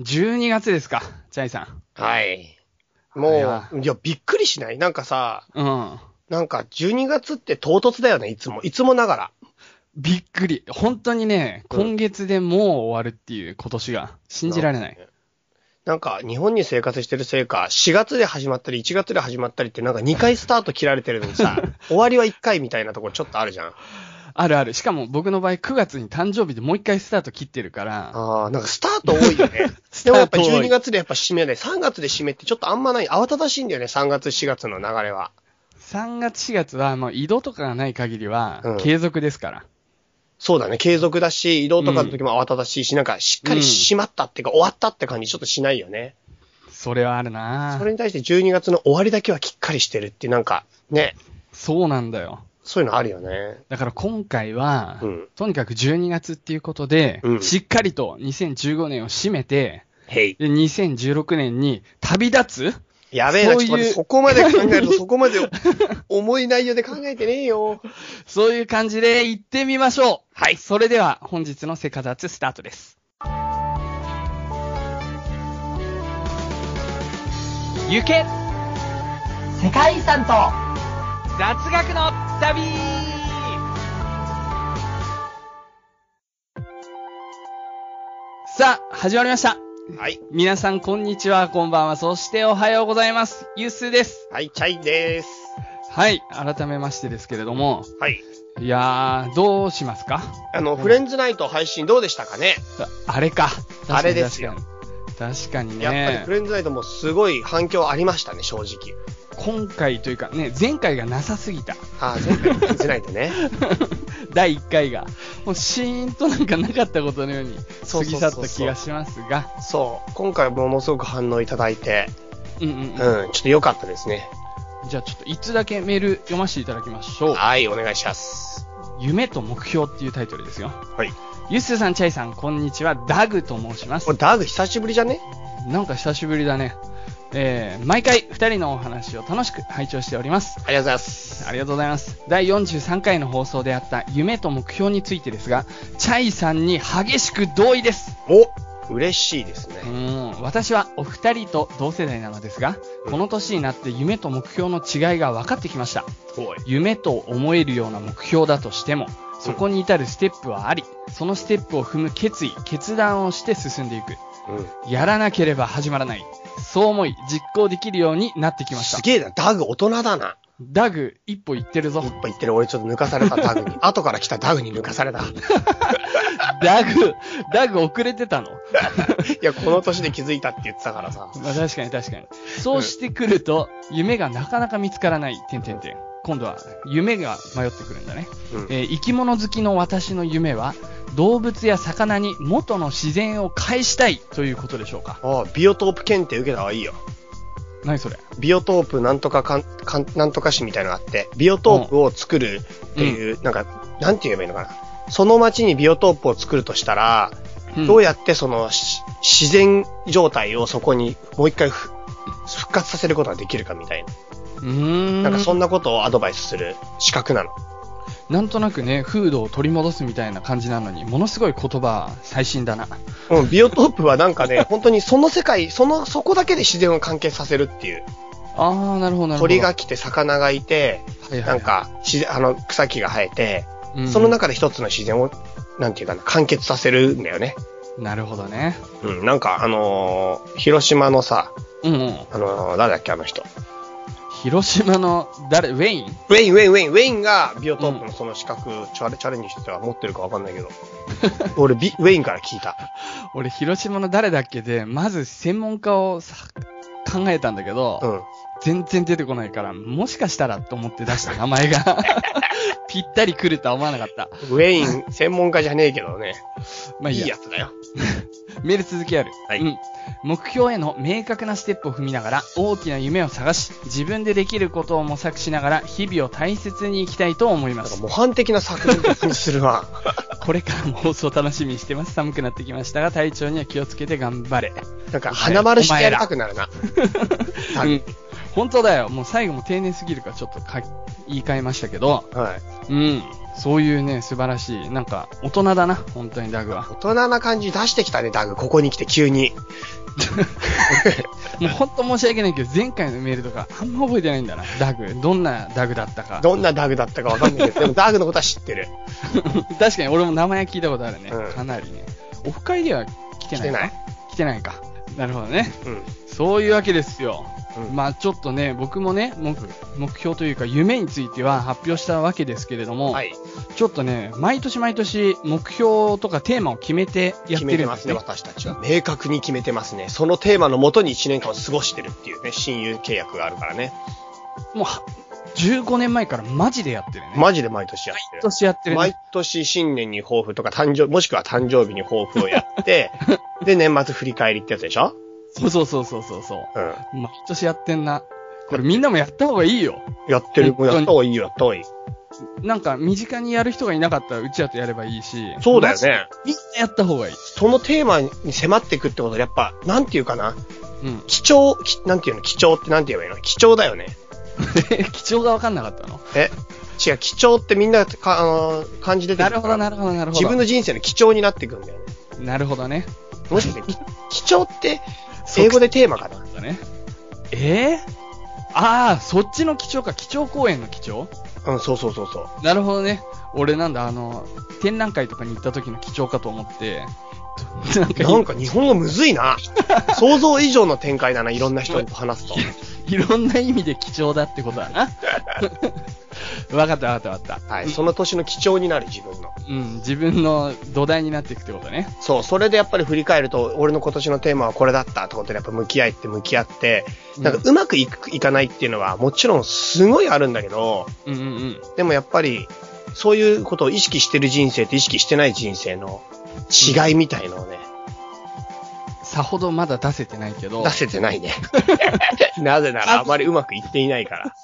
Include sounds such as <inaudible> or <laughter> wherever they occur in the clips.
12月ですか、チャイさん。はい。あれはもう、いや、びっくりしないなんかさ、うん。なんか12月って唐突だよね、いつも。いつもながら。びっくり。本当にね、うん今月でもう終わるっていう、今年が。信じられない。なんか、日本に生活してるせいか、4月で始まったり、1月で始まったりって、なんか2回スタート切られてるの <laughs> にさ、終わりは1回みたいなところちょっとあるじゃん。あるある。しかも僕の場合、9月に誕生日でもう一回スタート切ってるから、ああ、なんかスタート多い <laughs> よね。でもやっぱ12月でやっぱ締めね、3月で締めってちょっとあんまない、慌ただしいんだよね、3月、4月の流れは。 3月、4月はもう移動とかがない限りうはん、継続ですから。そうだね、継続だし、移動とかの時も慌ただしいし、なんかしっかり締まったっていうか、終わったって感じちょっとしないよね。それはあるなそれに対して12月の終わりだけはきっかりしてるっていう、なんか、ね、そうなんだよ。そういうのあるよね。だから今回は、うんとにかく12月っていうことで、うんしっかりと2015年を締めて、へい。で2016年に旅立つやべえな、そうちいょうっと待ってそこまで考えると、そこまで重い内容で考えてねえよ。そういう感じで行ってみましょうはいそれでは本日のセカザツスタートです。行け世界遺産と雑学の旅さあ、始まりました。はい。皆さん、こんにちは、こんばんは、そしておはようございます。ゆうすーです。はい、チャイです。はい、改めましてですけれども、はい。いやー、どうしますかあの、フレンズナイト配信どうでしたかねああれか。あれですよ確かに。確かにやっぱりねフ。レンズナイトもすごい反響ありましたね、正直。今回というかね、前回がなさすぎた。ああ、前回のフレンズナイ <laughs> トね。第1回が。もうシーンとなんかなかったことのようにそ過うぎそう去そうっそた気うがしますが。そう。今回ものすごく反応いただいて、うんうんう、うんんちょっと良かったですね。じゃあちょっと1つだけメール読ませていただきましょう。はい、お願いします。夢と目標っていうタイトルですよ。はい。ゆっすーさん、チャイさん、こんにちは。ダグと申しますこれ。ダーグ久しぶりじゃねなんか久しぶりだね。えー、毎回2人のお話を楽しく拝聴しております。ありがとうございます。ありがとうございます。第43回の放送であった夢と目標についてですが、チャイさんに激しく同意です。お嬉しいですねう。ーん私はお二人と同世代なのですが、この年になって夢と目標の違いが分かってきました。おい。夢と思えるような目標だとしても、そこに至るステップはあり、そのステップを踏む決意、決断をして進んでいく。うん。やらなければ始まらない。そう思い、実行できるようになってきましすた。げえな、ダーグ大人だな。ダグ、一歩行ってるぞ一。歩言ってる俺ちょっと抜かされたダグに。 <laughs> 後から来たダグに抜かされた。 <laughs> いダグ、ダグ遅れてたのや、この年で気づいたって言ってたからさ。まあ確かに確かに。そうしてくると、夢がなかなか見つからない、てんてんてん。今度は、夢が迷ってくるんだね。うん。えー生き物好きの私の夢は、動物や魚に元の自然を返したいということでしょうか。ああ、ビオトープ検定受けた方がいいよ。何それビオトープなんとかかん、かん、なんとか市みたいなのがあって、ビオトープを作るっていう、なんか、なんて言えばいいのかな。その町にビオトープを作るとしたら、どうややってそのし自然状態をそこにもう一回ふ復活させることができるかみたいな。うーん。なんかそんんなことをアドバイスする資格なの。なんとなくね、風土を取り戻すみたいな感じなのに、ものすごい言葉、最新だな。うん、ビオトープはなんか <laughs> ね、本当にその世界、その、そこだけで自然を関係させるっていう。あー、なるほど、なるほど。鳥が来て魚がいて、はいはいはないん、か、自然あの、草木が生えて、うんその中で一つの自然を、なんていうかな、完結させるんだよね。なるほどね。うん、なんか、あのー広島のさ、うんうん。あのー誰だっけ、あの人。広島の、誰、ウェインウェイン、ウェイン、ウェイン、ウェインが、ビオトープのその資格、チャレチャレンジしては持ってるかわかんないけど。俺、ビ、ウェインから聞いた。俺、広島の誰だっけで、まず専門家をさ考えたんだけど、うん。全然出てこないから、もしかしたらと思って出した名前 <laughs> が、ぴったり来るとは思わなかった。ウェイン、専門家じゃねえけどね。まあいいいや。いやつだよ。メール続きある。はいうん。目標への明確なステップを踏みながら、大きな夢を探し、自分でできることを模索しながら、日々を大切に生きたいと思いまなんかす。模範的な作品って感じす <laughs> るな。これからも放送楽しみにしてます。寒くなってきましたが、体調には気をつけて頑張れ。なんか、花丸してやりたくなるな。うはんい。。本当だよ。もう最後も丁寧すぎるからちょっとか言い換えましたけど、はい。うん。そういうね、素晴らしい。なんか、大人だな、本当にダグは。大人な感じ出してきたね、ダグ。ここに来て急 <laughs> に。 <laughs> もう本当申し訳ないけど、前回のメールとか、あんま覚えてないんだな。ダグ。どんなダグだったか。どんなダグだったかわかんないけど、でもダグのことは知ってる。 <laughs> 確かに俺も名前聞いたことあるね。うんかなりね。オフ会では来て来なていないか。。来てないか。なるほどね。うん。そういうわけですよ。うんまあちょっとね、僕もね、目目標というか夢については発表したわけですけれども、はい。ちょっとね、毎年毎年目標とかテーマを決めてやっ決てめてるんまですすね、ね。私たちは。明確に決めてますね。そのテーマのもとに1年間を過ごしてるっていうね、親友契約があるからね。もうは15年前からマジでやってるね。毎マジで毎年やってる。年やってるね。毎年新年に抱負とか誕生、もしくは誕生日に抱負をや <laughs> って、で、年末振り返りってやつでしょそうそうそうそうそうそう。うん。毎年やってんな。これみんなもやった方がいいよ。やってる、本当にやった方がいいよ、やった方がいい。なんか身近にやる人がいなかったらうちらとやればいいし。そうだよマジでね。みんなやった方がいい。そのテーマに迫っていくってことで、やっぱ、なんていうかな。 <laughs> うん。貴重、きなんていうの貴重ってなんて言えばいいの貴重だよね。え貴重が分かんなかった <laughs> のえ違う、貴重ってみんなか、あのー、感じ出てなくるるほから。ど、なるほど、なるほど。自分の人生の貴重になっていくんだよね。なるほどね。もしかして、き貴重って、英語でテーマかなだね。えー、ああ、そっちの貴重か。貴重公園の貴重うん、そうそうそうそう。なるほどね。俺なんだ、あの、展覧会とかに行った時の貴重かと思って。なんか、なんか日本語むずい <laughs> な。想像以上の展開だな、いろんな人と話 <laughs> すと。いろんな意味で貴重だってことだな。 <laughs> わかったわかったわかった。はい、その年の貴重になる自分の。うん、自分の土台になっていくってことね。そう、それでやっぱり振り返ると、俺の今年のテーマはこれだったってことで、やっぱ向き合って向き合って、なんかうまくいくいかないっていうのは、もちろんすごいあるんだけど、うんうんうん。でもやっぱり、そういうことを意識してる人生と意識してない人生の違いみたいのをね、さほどまだ出せてないけど出、せてな <laughs> いね。なぜなら、あまりうまくいっていないから。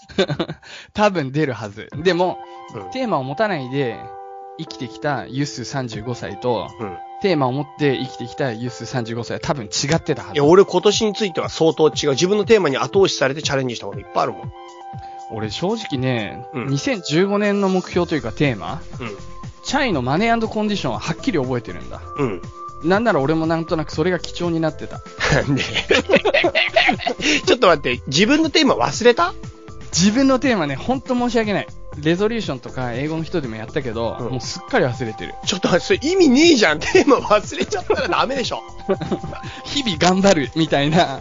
多分出るはず。でも、うんテーマを持たないで生きてきたユス35歳と、うん。テーマを持って生きてきたユス35歳は多分違ってたはいずや、。俺今年については相当違う。自分のテーマに後押しされてチャレンジしたこといっぱいあるもん。うん。俺正直ね、うん2015年の目標というかテーマ、チャイのマネーコンディションははっきり覚えてるんだ。うん。なんなら俺もなんとなくそれが貴重になってた。なん <laughs> でちょっと待って、自分のテーマ忘れた自分のテーマね、ほんと申し訳ない。レゾリューションとか英語の人でもやったけど、うんもうすっかり忘れてる。ちょっと待って、それ意味ねえじゃん。テーマ忘れちゃったらダメでしょ。 <laughs> 日々頑張るみたいな、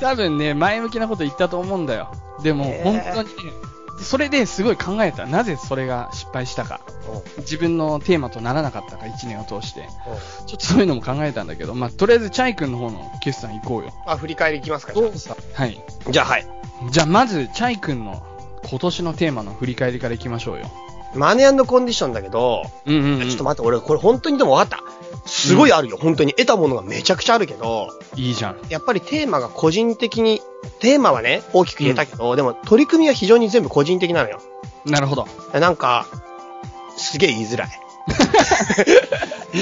多分ね、前向きなこと言ったと思うんだよ。でも、へ本ー当にね、それですごい考えた。なぜそれが失敗したか。自分のテーマとならなかったか、1年を通して。ちょっとそういうのも考えたんだけど、まあ、とりあえず、チャイ君の方の決算行こうよ。あ、振り返りいきますか。じゃはい。あじゃあはい。じゃあ、まず、チャイ君の今年のテーマの振り返りからいきましょうよ。マネーコンディションだけど、うんうん、うん。ちょっと待って、俺これ本当にでも分かった。すごいあるよ。本当に得たものがめちゃくちゃあるけど、いいじゃん。やっぱりテーマが個人的に、テーマはね、大きく言えたけど、でも取り組みは非常に全部個人的なのよ。なるほど。なんか、すげえ言いづらい。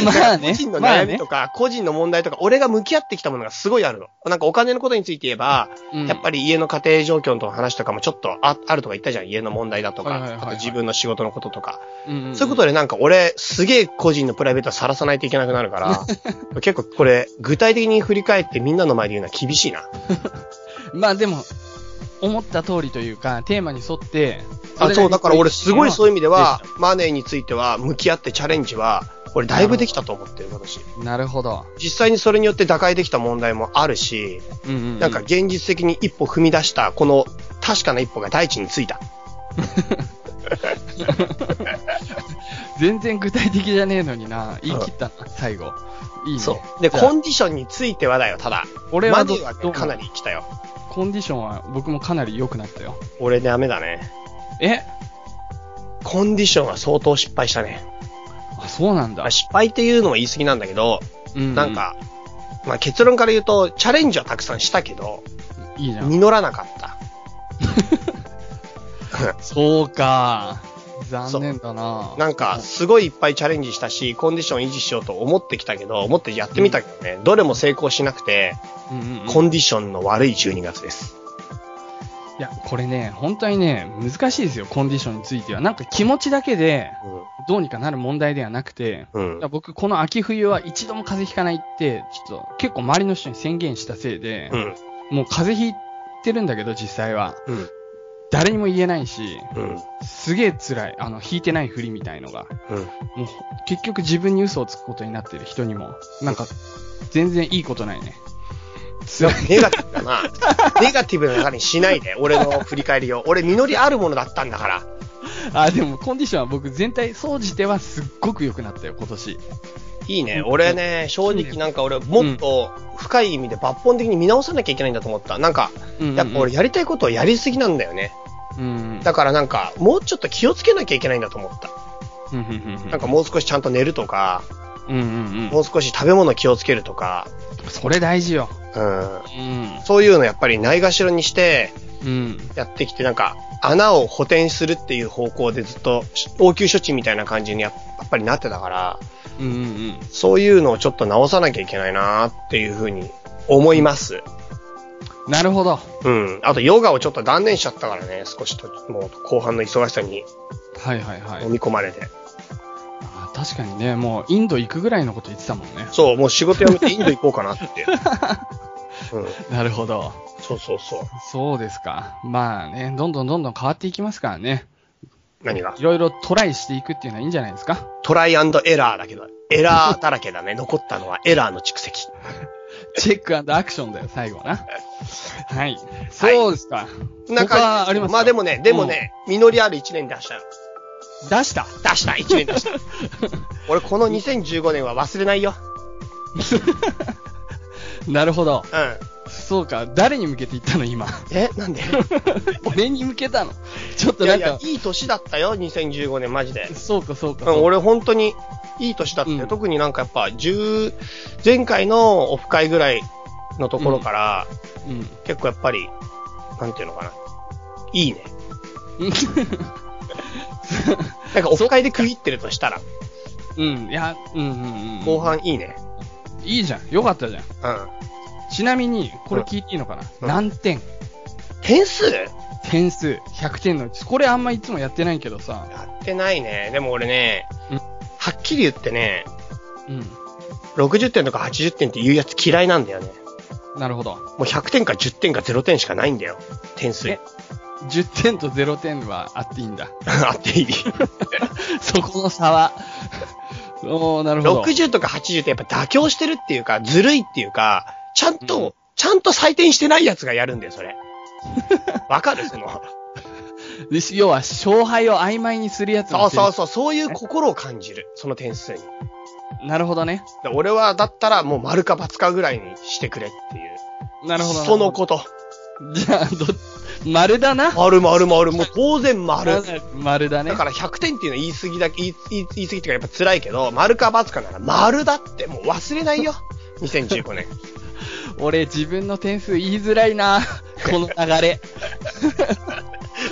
まあ <laughs> 個ね人の。まあ悩みねと。か、個人の問題とか、俺が向き合ってきたものがすごいあるの。なんかお金のことについて言えば、やっぱり。り家の家庭状況の話とかもちょっとああるとか言ったじゃん。家の問題だとはいはいはいはか、いあと自分の仕事のこととか。うんんんそういうことでなんか俺、すげえ個人のプライベートはさらさないといけなくな <laughs> るから、結構これ、具体的に振り返ってみんなの前で言うのは厳しいな。まあでも、思った通りというか、テーマに沿って、あ、そう、だから俺すごいそうういう意味では、マネーについては向き合ってチャレンジは、俺だいぶできたと思ってる、私。いう。なるほど。実際にそれによって打開できた問題もあるし、うんうん、なんか、現実的に一歩踏み出した、この確かな一歩が大地についた。全然具体的じゃねえのにな、言い切ったな、最後。いいね。そう。で、じゃあコンディションについてはだよ、ただ。俺マはネどーはねどうかなり来たよ。コンディションは僕もかなり良くなったよ。俺ダメだね。えコンディションは相当失敗したね。あ、そうなんだまあ。失敗っていうのは言い過ぎなんだけど、ううなん、か、まあ結論から言うと、チャレンジはたくさんしたけど、いいじゃん。実らなかった。 <laughs> そうか。残念だな。なんか、すごいいっぱいチャレンジしたし、コンディション維持しようと思ってきたけど、思ってやってみたけどね、どれも成功しなくて、うんうんうんコンディションの悪い12月です。いや、これね、本当にね、難しいですよ、コンディションについては。なんか気持ちだけで、どうにかなる問題ではなくて、うんいや。僕、この秋冬は一度も風邪ひかないって、ちょっと結構周りの人に宣言したせいで、うん。もう風邪ひいてるんだけど、実際は。うん。誰にも言えないし、うん。すげえ辛い。あの、引いてないふりみたいのが。うん。もう、結局自分に嘘をつくことになってる人にも、なんか、全然いいことないね。辛い。ネガティブだな。ネガティブな中にしないで、俺の振り返りを。俺、実りあるものだったんだから。 <laughs> あ、でもコンディションは僕全体、総じてはすっごく良くなったよ、今年。いいね。俺ね、正直なんか俺、もっと深い意味で抜本的に見直さなきゃいけないんだと思った。なんか、うんうんうんやっぱ俺やりたいことをやりすぎなんだよね。うん。だからなんか、もうちょっと気をつけなきゃいけないんだと思った。うんうんうんうんなんかもう少しちゃんと寝るとか、うんうんうもう少し食べ物気をつけるとか、ん。それ大事よ。うん。うん。そういうのやっぱりないがしろにしてうん。やってきて、なんか、穴を補填するっていう方向でずっと応急処置みたいな感じにややっぱりなってたから、うんうんうん。そういうのをちょっと直さなきゃいけないなっていうふうに思います。なるほど。うん。あと、ヨガをちょっと断念しちゃったからね、少しと、もう後半の忙しさにはいはいはい飲。み込まれて。あ確かにね、もうインド行くぐらいのこと言ってたもんね。そう、もう仕事辞めてインド行こうか <laughs> なって。うん。なるほど。そうそうそう。そうですか。まあね、どんどんどんどん変わっていきますからね。何がいろいろトライしていくっていうのはいいんじゃないですか。トライアンドエラーだけど、エラーだらけだね。残ったのはエラーの蓄積。チェックアクションだよ、最後はな。はい。そうですか。なん他はありますかまあでもね、でもね、実りある1年出したよ。出した。 <laughs> 出した !1 年出した <laughs> 俺この2015年は忘れないよ。なるほど。うん。そうか、誰に向けて言ったの、 <laughs> 今。えな <laughs> んで俺に向けたの。ちょっいとやなんいか、や、いい年だったよ、2015年、マジで。そうか、そうか。うん、俺本当にいい年だったよ。うん特になんかやっぱ、10、前回のオフ会ぐらいのところから、うん。結構やっぱり、なんていうのかな。いいね。なんかオフ会で区切ってるとしたら、 <laughs> うん、いや、うんうんうん。後。半いいね。いいじゃん。よかったじゃん。うん。ちなみに、これ聞いていいのかな、うん何点点数点数。100点のうち。これあんまいつもやってないけどさ。やってないね。でも俺ねうん、はっきり言ってね、うん。 60点とか80点って言うやつ嫌いなんだよね。なるほど。もう100点か10点か0点しかないんだよ。点数。え10点と0点はあっていいんだ。 <laughs> <laughs> あっていい。そこの差は。 <laughs> おー、なるほど。 60とか80ってやっぱ妥協してるっていうか、ずるいっていうか、ちゃんと、うんちゃんと採点してないやつがやるんだよ、<laughs> それ。わかるその。で要は、勝敗を曖昧にするやつのそうそう点そう、そういう心を感じる。その点数に。なるほどね。で俺はだったらもう丸か×かぐらいにしてくれっていう。なるほど。その子。こと。じゃあ、ど、 <laughs> 丸だな。丸丸丸、もう当然丸。丸だね。だから100点っていうのは言い過ぎだ、言い言い言い過ぎっていうかやっぱ辛いけど、丸か×かなら丸だってもう忘れ <laughs> ないよ。2015年。俺、自分の点数言いづらいな。この流れ。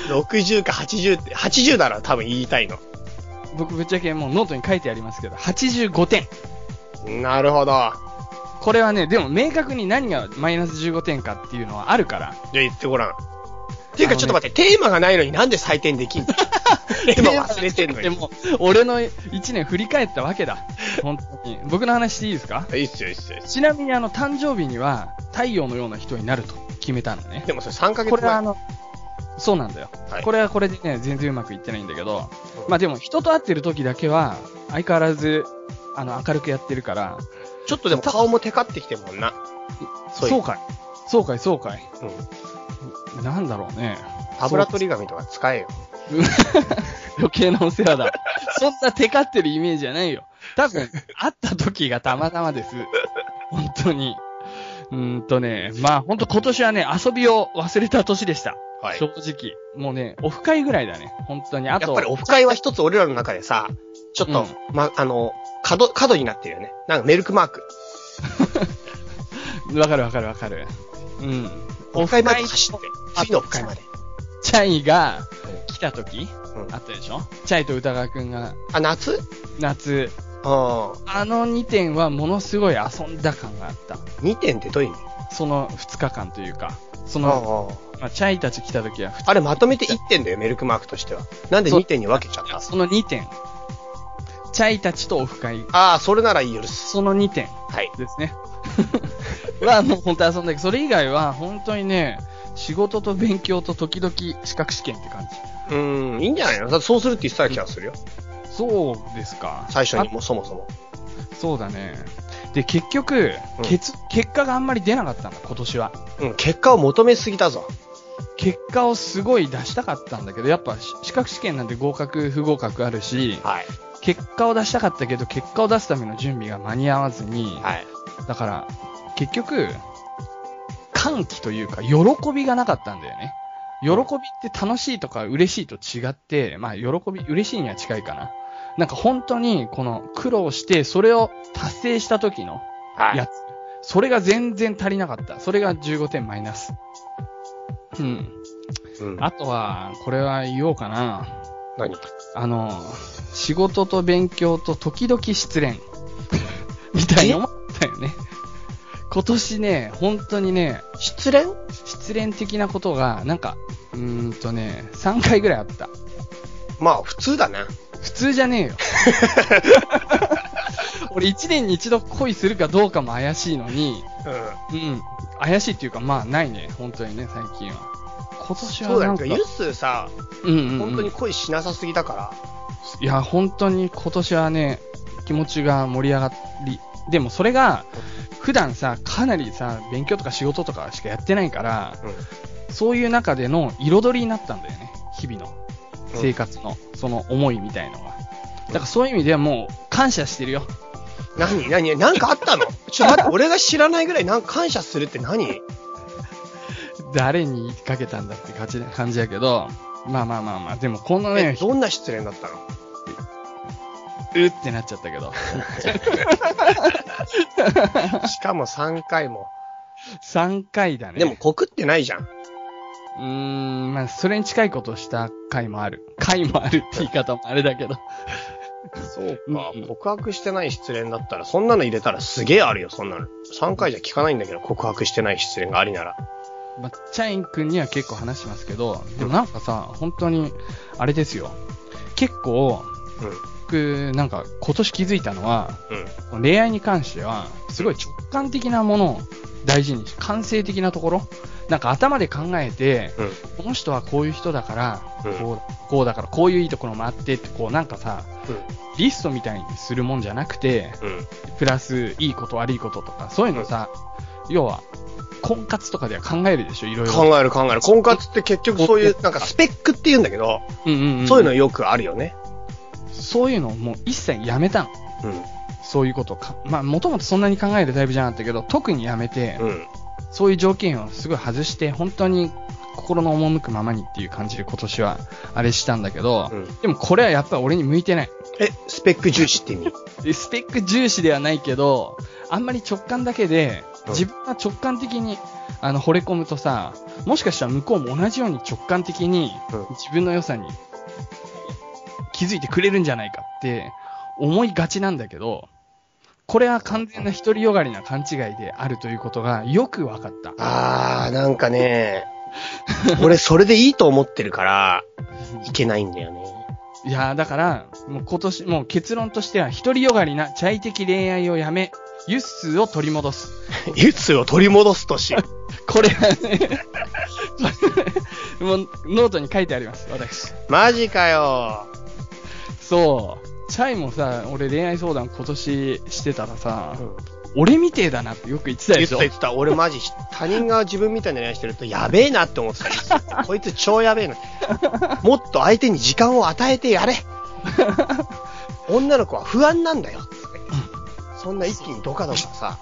60か80って、80なら多分言いたいの。僕、ぶっちゃけもうノートに書いてありますけど、85点。なるほど。じゃあこれはね、でも明確に何がマイナス15点かっていうのはあるから。言ってごらん。っていうかちょっと待って、テーマがないのになんで採点できん <laughs> のテーマ忘れてんのでに。も、俺の1年振り返ったわけだ。本当に。僕の話していいですかいいっすよ、いいっすよ。いいっすちよなみにあの、誕生日には太陽のような人になると決めたのね。でもそれ3ヶ月前。これはあの、そうなんだよ。はいこれはこれでね、全然うまくいってないんだけど、うんまあでも人と会ってる時だけは、相変わらず、あの、明るくやってるから、ちょっとでも顔もテカってきてるもんな。そういうそうかい。そうかい、そうかい。うん。なんだろうね。油取り紙とか使えよ。う <laughs> 余計なお世話だ。そんなテカってるイメージじゃないよ。多 <laughs> 分、会った時がたまたまです。本当に。うーんとね、まあ本当今年はね、遊びを忘れた年でした。はい。正直。もうね、オフ会ぐらいだね。本当に。あやと、っぱりオフ会は一つ俺らの中でさ、ちょっと、ま、あの、角、角になってるよね。なんかメルクマーク。 <laughs> わかるわかるわかる。うん。オフ会まで走って、あ次のオフ会まで。チャイが来た時、うんあったでしょチャイと歌川くんがあ、夏夏。うん。あの2点はものすごい遊んだ感があった。 2点ってどういう意味その2日間というか。そあの、あまあ、チャイたち来た時は、あれまとめて1点だよ、メルクマークとしては。なんでそう2点に分けちゃったその2点。チャイたちとオフ会、ああ、それならいいよです。その2点はい。です <laughs> ね。は、もう本当遊んだけど、それ以外は本当にね、仕事と勉強と時々資格試験って感じ。うーん、いいんじゃないのだってそうするって言ってた気がするよ。そうですか。最初にも、そもそも。あそうだね。で、結局、うん結、結果があんまり出なかったんだ、今年は。うん、結果を求めすぎたぞ。結果をすごい出したかったんだけど、やっぱし資格試験なんて合格、不合格あるし、はい。結果を出したかったけど、結果を出すための準備が間に合わずに、はい。だから、結局、歓喜というか、喜びがなかったんだよね。喜びって楽しいとか嬉しいと違って、まあ、喜び、嬉しいには近いかな。なんか本当に、この苦労して、それを達成した時のはい。やつ。それが全然足りなかった。それが15点マイナス。うん。うん、あとは、これは言おうかな。何あの、仕事と勉強と時々失 <laughs> 恋。みたいに思ったよね。今年ね、本当にね、失恋失恋的なことが、なんか、うーんとね、3回ぐらいあった。まあ、普通だね。普通じゃねえよ。 <laughs> 俺1年に一度恋するかどうかも怪しいのに、うん。うん、怪しいっていうか、まあないね、本当にね、最近は。今年そうはだなよんね。か、ユッスーさ、うんうんうん本当に恋しなさすぎだかいら。や、本当に今年はね、気持ちが盛り上がり、でもそれが、普段さ、かなりさ、勉強とか仕事とかしかやってないから、うん。そういう中での彩りになったんだよね、日々のうん生活の、その思いみたいのが。だからそういう意味ではもう感謝してるよ。何何何かあったの <laughs> ちょっと待って、俺が知らないぐらいなんか感謝するって何誰に言いかけたんだって感じ感じやけど、まあまあまあまあ、でもこのえ、ね、どんな失恋だったのうってなっちゃったけど、 <laughs> しかも3回も。 3回だね。でも、告ってないじゃん。うーん、まあ、それに近いことをした回もある。回もあるって言い方もあれだけど。そうか告白してない失恋だったら、そんなの入れたらすげえあるよ、そんなの。3回じゃ聞かないんだけど、告白してない失恋がありなら。まあ、チャイン君には結構話しますけど、でもなんかさ、本当に、あれですよ。結構、うん。僕、なんか、今年気づいたのは、うん。恋愛に関しては、すごい直感的なものを大事にし、感性的なところ、なんか頭で考えて、うん。この人はこういう人だから、うんこう、こうだから、こういういいところもあってって、こうなんかさ、リストみたいにするもんじゃなくて、うん。うん。プラス、いいこと悪いこととか、そういうのさ、要は、婚活とかでは考えるでしょ、いろいろ。考える考える。婚活って結局そういう、なんかスペックって言うんだけど、うんうんんそういうのよくあるよね。そういうのをもう一切やめたの。うそういうことをか。まあ、もともとそんなに考えるタイプじゃなかったけど、特にやめて、ん。うん。そういう条件をすごい外して、本当に心の赴くままにっていう感じで今年は、あれしたんだけど、うんでもこれはやっぱ俺に向いてない。え、スペック重視って意味でスペック重視ではないけど、あんまり直感だけで、うん自分が直感的に、あの、惚れ込むとさ、もしかしたら向こうも同じように直感的にうん、自分の良さに気づいてくれるんじゃないかって思いがちなんだけど、これは完全な独りよがりな勘違いであるということがよく分かった。あー、なんかね、俺それでいいと思ってるから、いけないんだよね。 <laughs> いやー、だから、もう今年、もう結論としては、独りよがりなチャイ的恋愛をやめ、ユッスーを取り戻す。ゆつを取り戻す年。これはね、もうノートに書いてあります、私。マジかよ。そう。チャイもさ、俺恋愛相談今年してたらさ、俺みてえだなってよく言ってた言でっしてょた。言ってた。俺マジ、他人が自分みたいな恋愛してると、やべえなって思って <laughs> た。こいつ超やべえな。もっと相手に時間を与えてや <laughs> れ。女の子は不安なんだよ。そんな一気にドカドカさ、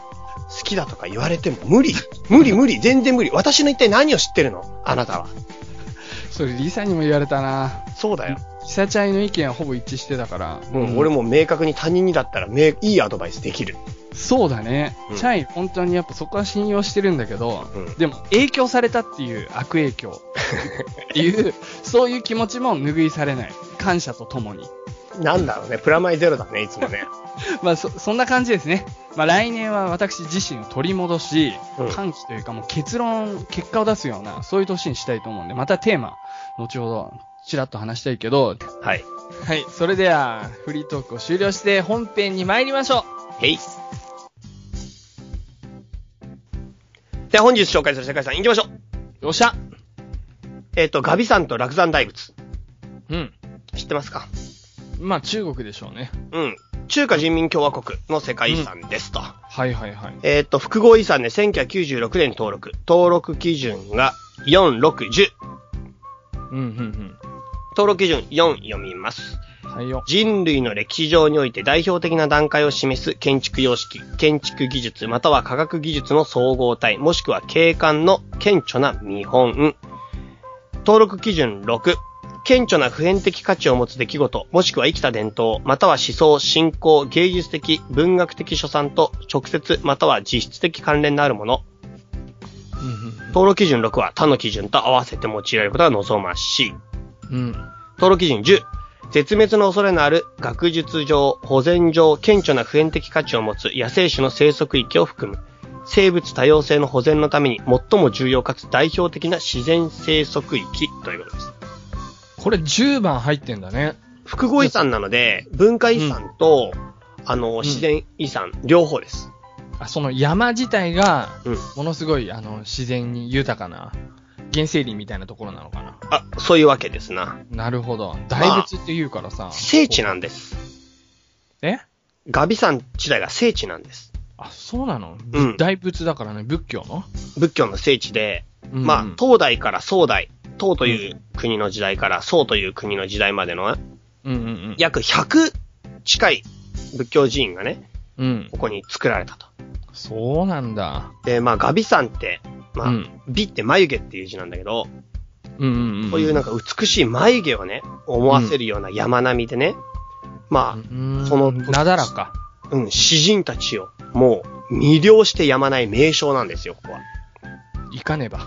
好きだとか言われても無理。無理無理。全然無理。私の一体何を知ってるのあなたは。それリサにも言われたな。そうだよ。リサチャイの意見はほぼ一致してたから。うん、俺も。も明確に他人にだったらめいいアドバイスできる。そうだね。うんチャイ、本当にやっぱそこは信用してるんだけど、うんでも影響されたっていう悪影 <laughs> 響っていう、そういう気持ちも拭いされない。感謝とともに。なんだろうね、プラマイゼロだね、いつもね。まあそ、そんな感じですね。まあ、来年は私自身を取り戻し、うん歓喜というかもう結論、結果を出すような、そういう年にしたいと思うんで、またテーマ、後ほど、ちらっと話したいけど、はい。はい、それでは、フリートークを終了して本編に参りましょへい。では本日紹介する世界遺産行きましょう。うよっしゃえっ、と、ガビ山と落山大仏。うん。知ってますかまあ、中国でしょうね。うん。中華人民共和国の世界遺産ですと。はいはいはい。えっ、と、複合遺産で1996年登録。登録基準が4、6、10。うんうん登録基準4読みます。うん。はいよ。人類の歴史上において代表的な段階を示す建築様式、建築技術、または科学技術の総合体、もしくは景観の顕著な見本。登録基準6。顕著な普遍的価値を持つ出来事、もしくは生きた伝統、または思想、信仰、芸術的、文学的所産と直接、または実質的関連のあるもの。う登録基準6は他の基準と合わせて用いられることが望ましい。んうんうん。登録基準10。絶滅の恐れのある学術上、保全上、顕著な普遍的価値を持つ野生種の生息域を含む。生物多様性の保全のために最も重要かつ代表的な自然生息域ということです。これ10番入ってんだね。複合遺産なので、文化遺産と、あの、自然遺産、両方です。あ、その山自体が、うん。ものすごい、あの、自然に豊かな、原生林みたいなところなのかな。あ、そういうわけですな。なるほど。大仏って言うからさ。聖地なんです。えガビ山自体が聖地なんです。あ、そうなの、うん大仏だからね、仏教の、仏教の聖地で、うんうんまあ、東代から宋代、唐という国の時代から宋という国の時代までのうんうんうん。、約100近い仏教寺院がね、うん。ここに作られたと。そうなんだ。で、まあ、ガビ山って、まあ、うん美って眉毛っていう字なんだけど、うんうんうん。こういうなんか美しい眉毛をね、思わせるような山並みでね、まうん、そのなだらか。あ、うん、詩人たちをもう魅了してやまない名称なんですよ、ここは。行かねば。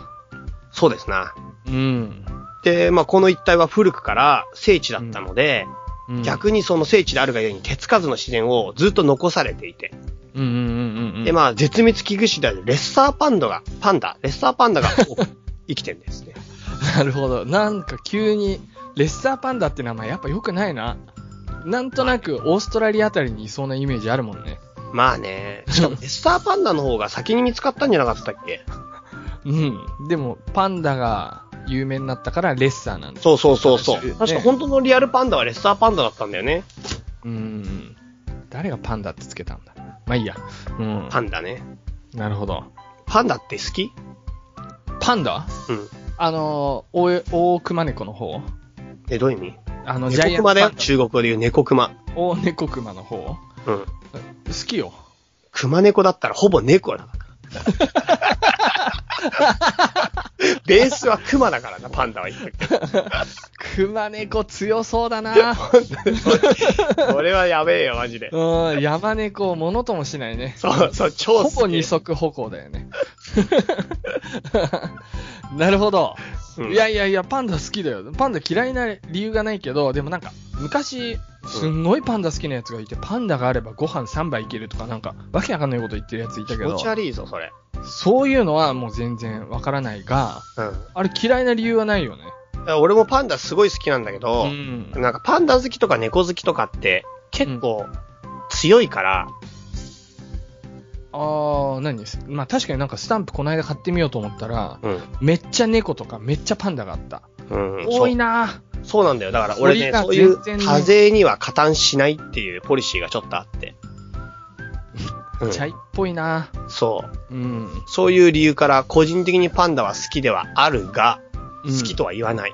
そうですな。うん。で、まあ、この一帯は古くから聖地だったので、うん、逆にその聖地であるがゆえに手つかずの自然をずっと残されていて。うんうんうんうん。で、まあ、絶滅危惧種であるレッサーパンダが、パンダ、レッサーパ <laughs> ンダが多く生きてるんですね。なるほど。なんか急に、レッサーパンダって名前やっぱ良くないな。なんとなく、オーストラリアあたりにいそうなイメージあるもんね。まあね、<laughs> しかもレッサーパンダの方が先に見つかったんじゃなかったっけうん。でも、パンダが有名になったから、レッサーなんだ。そうそうそうそう。ね確か本当のリアルパンダはレッサーパンダだったんだよね。うんうん。誰がパンダってつけたんだまあいいや。うん。パンダね。なるほど。パンダって好きパンダうん。あの、おえ大熊猫の方え、どういう意味あの、ジャイ猫アント熊だパよ。ンダ。中国語で言う猫熊。大猫熊の方好うん。きよ。熊猫だったらほぼ猫だから。ベースは熊だからな、パンダは言ったけど。熊猫強そうだなこれはやべえよ、マジで。うん、山猫をものともしないね。そうそう、ほ超好き。ぼ二足歩行だよね。 <laughs> なるほど。うんいやいやいや、パンダ好きだよ。パンダ嫌いな理由がないけど、でもなんか、昔、すんごいパンダ好きなやつがいて、パンダがあればご飯3杯いけるとか、なんか、わけわかんないこと言ってるやついた気け持どち、悪いぞ、それ。そういうのはもう全然わからないが、うん。あれ嫌いな理由はないよね。俺もパンダすごい好きなんだけど、んなんかパンダ好きとか猫好きとかって、結構強いから、ああ、何ですまあ確かになんかスタンプこの間買ってみようと思ったら、うん。めっちゃ猫とかめっちゃパンダがあった。うん。多いなそう。そうなんだよ。だから俺ね、そ鳥がういう全然ね多勢には加担しないっていうポリシーがちょっとあって。うーチャイん、っぽいなそう。うん。そういう理由から、個人的にパンダは好きではあるが、好きとは言わない。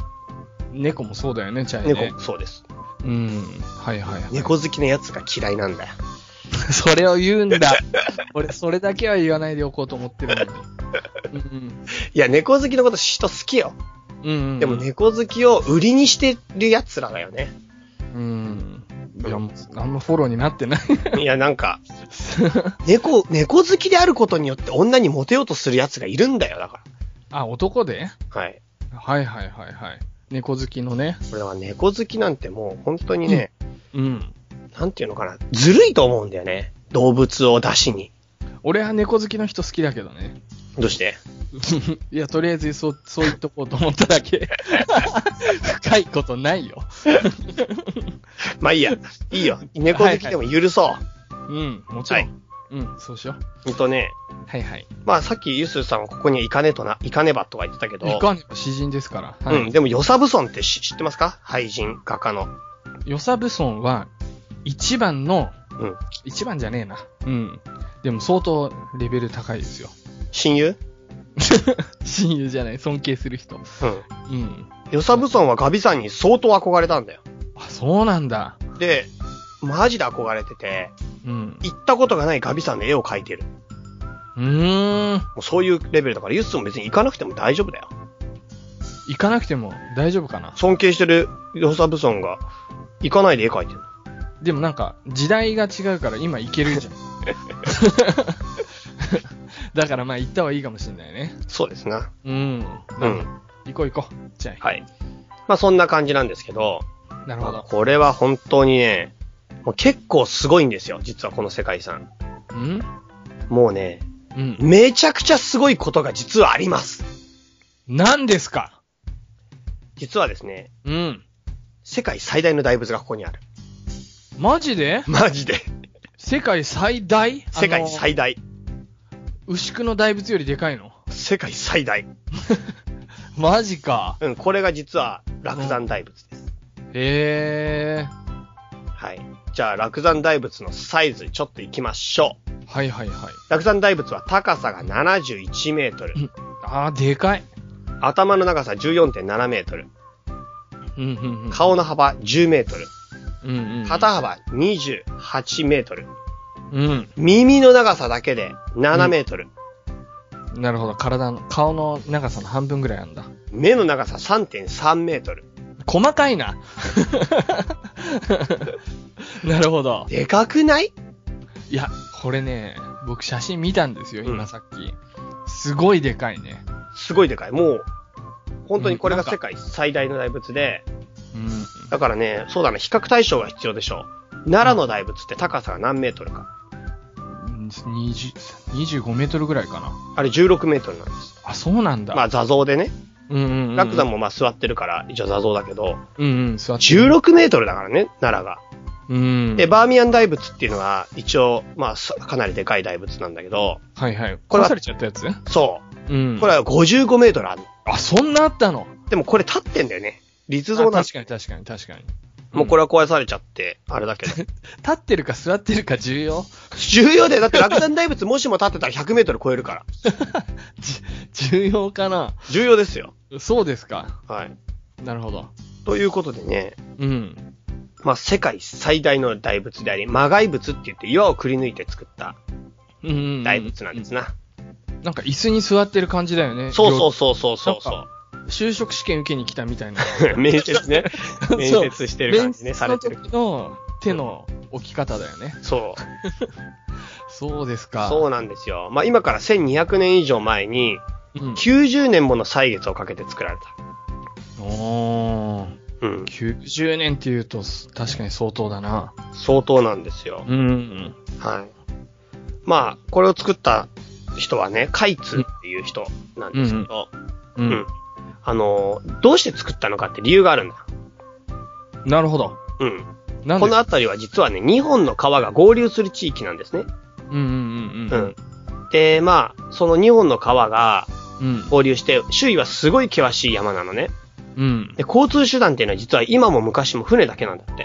猫もそうだよね、チャイね。猫もそうです。うん。はいはいはい。猫好きのやつが嫌いなんだよ。 <laughs> それを言うんだ。俺、それだけは言わないでおこうと思ってるのに。うんいや、猫好きのこと人好きよ。うん。うんうんでも。猫好きを売りにしてる奴らだ <laughs> よね。うん。いや、もうあんまフォローになってない。いや、なんか、猫、猫好きであることによって女にモテようとする奴がいるんだよ、だか <laughs> あ、男でら。はい。はいはいはいはい。猫好きのね。これは猫好きなんてもう本当にね、うん。なんていうのかな、ずるいと思うんだよね。動物を出しに。俺は猫好きの人好きだけどね。どうして <laughs> いや、とりあえずそう、そう言っとこうと思っただ <laughs> け。深いことないよ。まあいいや。いいよ。猫好きでも許そう。うん、もちろん。はいうん、そうしよう。ほんとね、はいはい。まあさっきユスさんはここには行かねとな、行かねばとか言ってたけど、いかにも詩人ですから。はうん、い。でもヨサブソンって知知ってますか俳人、画家の。ヨサブソンは、一番の、うん。一番じゃねえな。うん。でも相当レベル高いですよ。親友 <laughs> 親友じゃない、尊敬する人。うん。うん。ヨサブソンはガビさんに相当憧れたんだよ。あ、そうなんだ。で、マジで憧れてて、うん。行ったことがないガビさんの絵を描いてる。うーん。もうそういうレベルだから、ユスも別に行かなくても大丈夫だよ。行かなくても大丈夫かな。尊敬してるヨサブソンが、行かないで絵描いてる。でもなんか、時代が違うから今行けるじゃん。 <laughs> だからまあ行った方がいいかもしんないね。そうですな。うん。うん。行こう行こう。じゃあ、はい。まあそんな感じなんですけど、なるほど。これは本当にね、もう結構すごいんですよ、実はこの世界遺産。うんもうね、うん。めちゃくちゃすごいことが実はあります。何ですか実はですね、うん。世界最大の大仏がここにある。マジでマジで。世界最大世界大。最大。牛久の大仏よりでかいの世界最大。マジか。うん、これが実は落山大仏です。へえ。はい。じゃあ、落山大仏のサイズ、ちょっと行きましょう。はいはいはい。落山大仏は高さが71メートル。あー、でかい。頭の長さ14.7メートル。うんうんうん。顔の幅10メートル。うんうんうん。肩幅28メートル。うん。耳の長さだけで7メートル。なるほど。体の、顔の長さの半分ぐらいあんだ。目の長さ3.3メートル。細かい <laughs> な。なるほど。でかくないいや、これね、僕写真見たんですよ、うん今さっき。すごいでかいね。すごいでかい。もう、本当にこれが世界最大の大仏で、うん。だからね、そうだね、比較対象が必要でしょう。奈良の大仏って高さが何メートルか。 20 25メートルぐらいかな。あれ16メートルなんです。あ、そうなんだ。まあ座像でね。うんうんうん。楽山もまあ座ってるから、一応座像だけど、うんうん、座ってる。 16メートルだからね、奈良が。うん。で、バーミヤン大仏っていうのは、一応、まあ、さかなりでかい大仏なんだけど、はいはい。これは壊されちゃったやつそうん。う。これは55メートルある。あ、そんなあったのでもこれ立ってんだよね。立像あなん確かに確かに確かに。もうこれは壊されちゃって、あれだけど。立ってるか座ってるか重要 <laughs> 重要だよ。だって落山大仏もしも立ってたら100メートル超えるから。じ重要かな重要ですよ。そうですか。はい。なるほど。ということでね、うん。まあ、世界最大の大仏であり、魔外仏って言って岩をくり抜いて作ったうんうんうん。大仏なんですな。なんか椅子に座ってる感じだよね。そうそうそうそうそうなそ両就職試験受けに来たみたいな。う。面接ねそう。 <laughs> 面接してる感じね、面接されてるの。時の手の置き方だよね。そう。そうですか。そうなんですよ。まあ、今から1200年以上前に、うん。 90年もの歳月をかけて作られおー。た。うん。 90年って言うと、す確かに相当だな。相当なんですよ。うんうん。はい。まあ、これを作った人はね、カイツっていう人なんですけど、ううんん。あの、どうして作ったのかって理由があるんだ。なるほど。うん。なんでこの辺りは実はね、2本の川が合流する地域なんですね。うんうんうんううんん。。で、まあ、その2本の川がうん。合流して、周囲はすごい険しい山なのね。うん。で、交通手段っていうのは実は今も昔も船だけなんだっ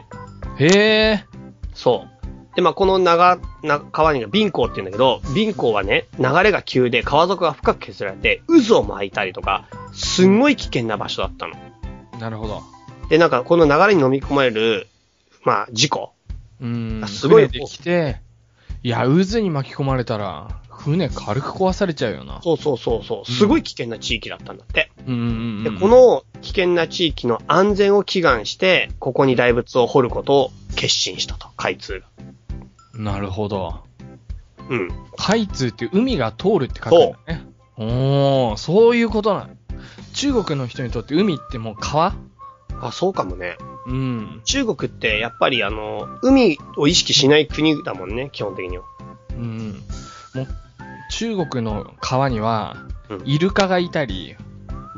て。へえ。そう。で、まあ、この長、な川には貧港って言うんだけど、貧港はね、流れが急で川底が深く削られて、渦を巻いたりとか、すんごい危険な場所だったの。なるほど。で、なんかこの流れに飲み込まれる、まあ、事故。うん。あすごい船できて、いや、渦に巻き込まれたら、船軽く壊されちゃうよな。そうそうそうそう。すごい危険な地域だったんだって。うんうんうで、ん。こ、の危険な地域の安全を祈願して、ここに大仏を掘ることを決心したと、開通が。なるほど。うん。海通って海が通るって書くんだね。おー、そういうことなの。中国の人にとって海ってもう川あ、そうかもね。うん。中国ってやっぱりあの、海を意識しない国だもんね、基本的には。うん。もう、中国の川にはうん、イルカがいたり、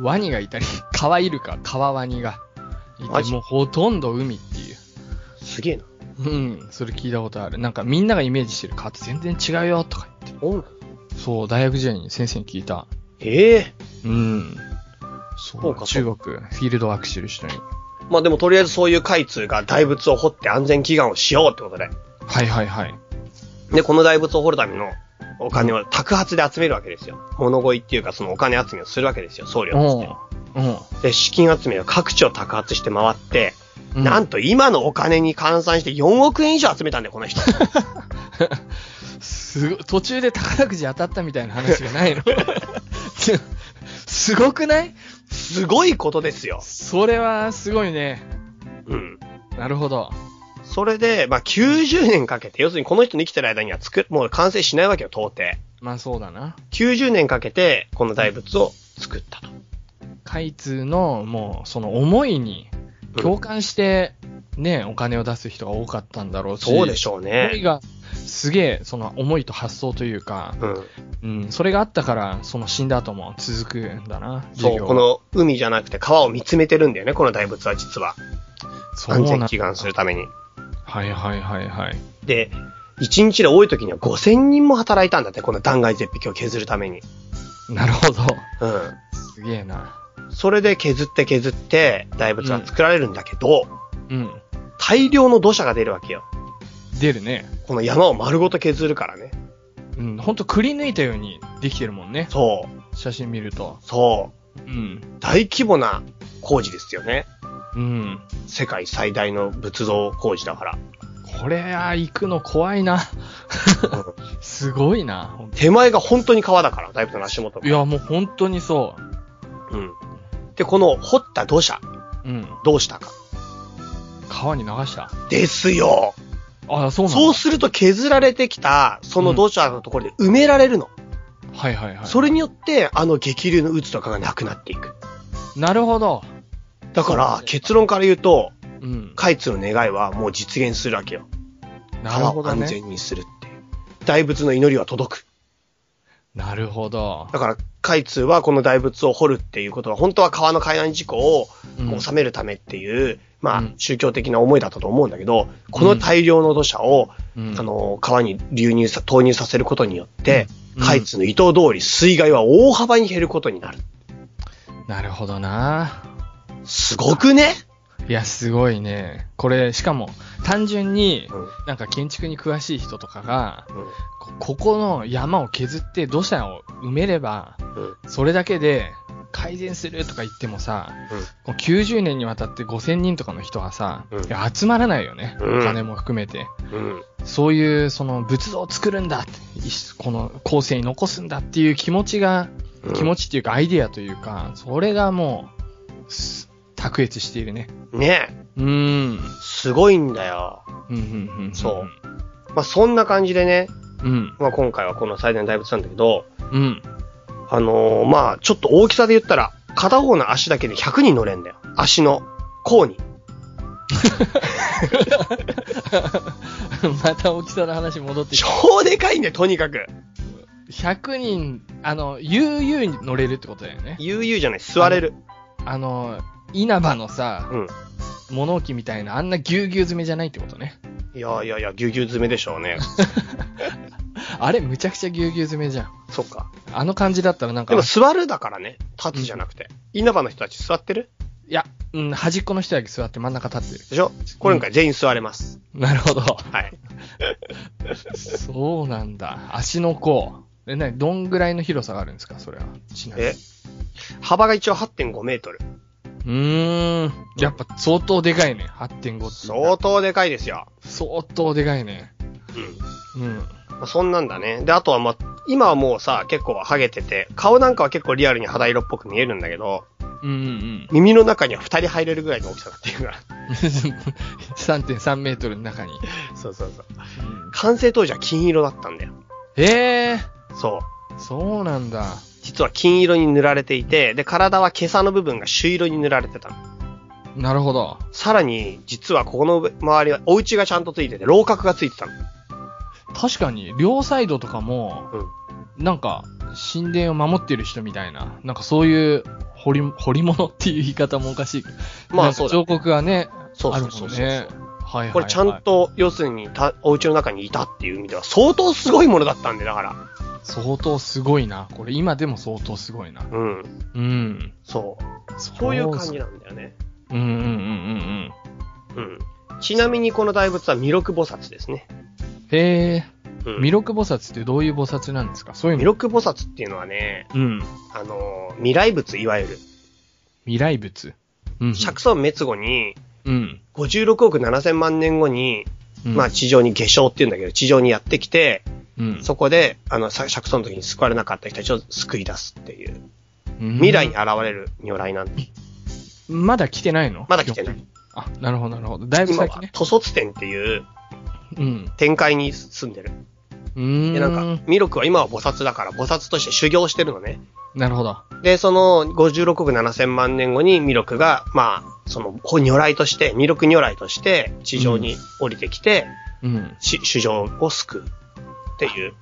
ワニがいたり、 <laughs> 川イルカ、川ワニがいマて、ジもうほとんど海っていう。すげえな。うん、それ聞いたことある。なんかみんながイメージしてる川って全然違うよとか言っおて。そう、大学時代に先生に聞いた。ええうん。そそうう、か中国、フィールドワークしてる人に。まあでもとりあえずそういう海通が大仏を掘って安全祈願をしようってことで。はいはいはい。で、この大仏を掘るためのお金を託発で集めるわけですよ。物乞いっていうかそのお金集めをするわけですよ、僧侶として。うん。うん。で、資金集めを各地を託発して回って、うんなんと今のお金に換算して4億円以上集めたんだよ、こ <laughs> の人。 <laughs> すご途中で宝くじ当たったみたいな話が <laughs> ないの <laughs> ちょすごくないすごいことですよ。それはすごいね。うん。なるほど。それで、まあ、90年かけて、要するにこの人の生きてる間には作る、もう完成しないわけよ、到底。まあそうだな。 90年かけて、この大仏を作ったと。開通のもうその思いに共感してね、お金を出す人が多かったんだろうし。そうでしょう思いね。がすげえその思いと発想というか、うん。うん、それがあったからその死んだ後も続くんだな。そ授う、業この海じゃなくて川を見つめてるんだよね、この大仏は実は。そう安なんだ全祈願するために。はいはいはいはい。で、1日で多い時には5000人も働いたんだって、この断崖絶壁を削るために。なるほど。うん。すげえな。それで削って削って、大仏は作られるんだけど、うん。大量の土砂が出るわけよ。出るね。この山を丸ごと削るからね。うん、ほんとくり抜いたようにできてるもんね。そう、写真見ると。そうう。ん。大規模な工事ですよね。うん。世界最大の仏像工事だから。これは行くの怖いな。すごいな。ほんと手前が本当に川だから、大仏の足元がいや、もう本当にそうん。で、この掘った土砂、う。うん。どうしたか。川に流した。ですよあ、そうなんだ。そうすると削られてきた、その土砂のところで埋められるの。はいはいはい。それによって、あの激流の渦とかがなくなっていく。なるほど。だかそうらね、結論から言うと、うん。カイツの願いはもう実現するわけよ。なるほど川を安ね。全にするっていう。大仏の祈りは届く。なるほど。だから、開通はこの大仏を掘るっていうことは、本当は川の海難事故をうん収めるためっていう、まうあん、宗教的な思いだったと思うんだけど、この大量の土砂を、うんあの、川に流入さ、投入させることによって、うん開通の伊藤通り水害は大幅に減ることになる。なるほどな。すごくねいや、すごいね。これ、しかも、単純に、うんなんか建築に詳しい人とかが、うこここの山を削って土砂を埋めれば、んうんそれだけで改善するとか言ってもさ、こう90年にわたって5000人とかの人はさ、うんいや集まらないよね、うんお金も含めて。うんそういう、その仏像を作るんだって、いこの後世に残すんだっていう気持ちが、うん気持ちっていうかアイデアというか、それがもう、す卓越しているね。ねえうーん。すごいんだよ。うん、うん、うん。そまあ、そんな感じでね、う。うん、まあ、今回はこの最大の大仏なんだけど、 <laughs> うん。あのーまあ、ちょっと大きさで言ったら、片方の足だけで100人乗れんだよ。足の甲に。また大きさの話戻ってきた。超でかいんだよ、とにかく。 100人、あの、悠々に乗れるってことだよね。悠々じゃない、座れる。あの、稲葉のさ、うん。物置みたいな、あんなぎゅうぎゅう詰めじゃないってことね。いやいやいや、ぎゅうぎゅう詰めでしょうね。 <laughs> あれ、むちゃくちゃぎゅうぎゅう詰めじゃん。そっか。あの感じだったらなんかでも、座るだからね、立つじゃなくて。稲葉の人たち座ってるいや、うん、端っこの人だけ座って真ん中立ってる。でしょこれなんか全員座れます。なるほ <laughs> ど。はい。そうなんだ。足の甲。え、なに、どんぐらいの広さがあるんですか、それは。ちなみにえ幅が一応8.5メートル。うーん。やっぱ相当でかいね。8.5って。相当でかいですよ。相当でかいね。うん。うん。まあ、そんなんだね。で、あとはまあ、今はもうさ、結構ハゲてて、顔なんかは結構リアルに肌色っぽく見えるんだけど、うんうん耳の中には二人入れるぐらいの大きさだっていうから。うん。3.3メートルの中に。 <laughs> そうそうそう。完成当時は金色だったんだよ。ええそう。ー、そうなんだ。実は金色に塗られていて、で、体は毛さの部分が朱色に塗られてたの。なるほど。さらに、実はここの周りは、お家がちゃんとついてて、楼閣がついてたの。確かに、両サイドとかも、うん。なんか、神殿を守ってる人みたいな、なんかそういう、掘り、掘り物っていう言い方もおかしいけど。なまんあ、かそうだ。彫刻がね、そうあそるうそもうんそうね。はいはい、はい。これちゃん。と、要するにた、お家の中にいたっていう意味では、相当すごいものだったんで、だから。相当すごいな。これ今でも相当すごいな。うん。うん。そう。そそういう感じなんだよね。うんうんうんうんうん。ちなみにこの大仏は弥勒菩薩ですね。うん。へえ、うん。弥勒菩薩ってどういう菩薩なんですかそういう弥の。勒菩薩っていうのはね、うん。あのー、未来仏、いわゆる。未来仏。うん。釈尊滅後に、うん。 56億7000万年後に、うんまあ、地上に下生っていうんだけど、地上にやってきて、うん。そこで、あの、さ釈尊の時に救われなかった人たちを救い出すっていう、うん未来に現れる如来なんて、まだ来てないのまだ来てない。。あ、なるほど、なるほど。だいぶ今先はね、。塗卒天っていううん。天界に住んでる。うーん。で、なんか、弥勒は今は菩薩だから、菩薩として修行してるのね。なるほど。で、その56億7000万年後に弥勒が、まあ、その、ほ如来として、弥勒如来として地上に降りてきて、うん。し主上を救うっていう。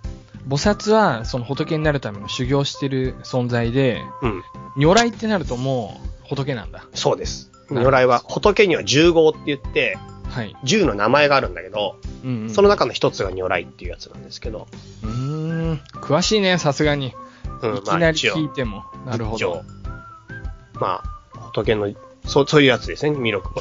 菩薩は、その仏になるための修行してる存在で、うん。如来ってなるともう仏なんだ。そうです。なるほど如来は、仏には十号って言って、はい。十の名前があるんだけど、うん、うん。その中の一つが如来っていうやつなんですけど、うーん。詳しいね、さすがに。うん、いきなり聞いても。なるほ一応ど。まあ、仏の、そう、そういうやつですね、<laughs> 弥勒菩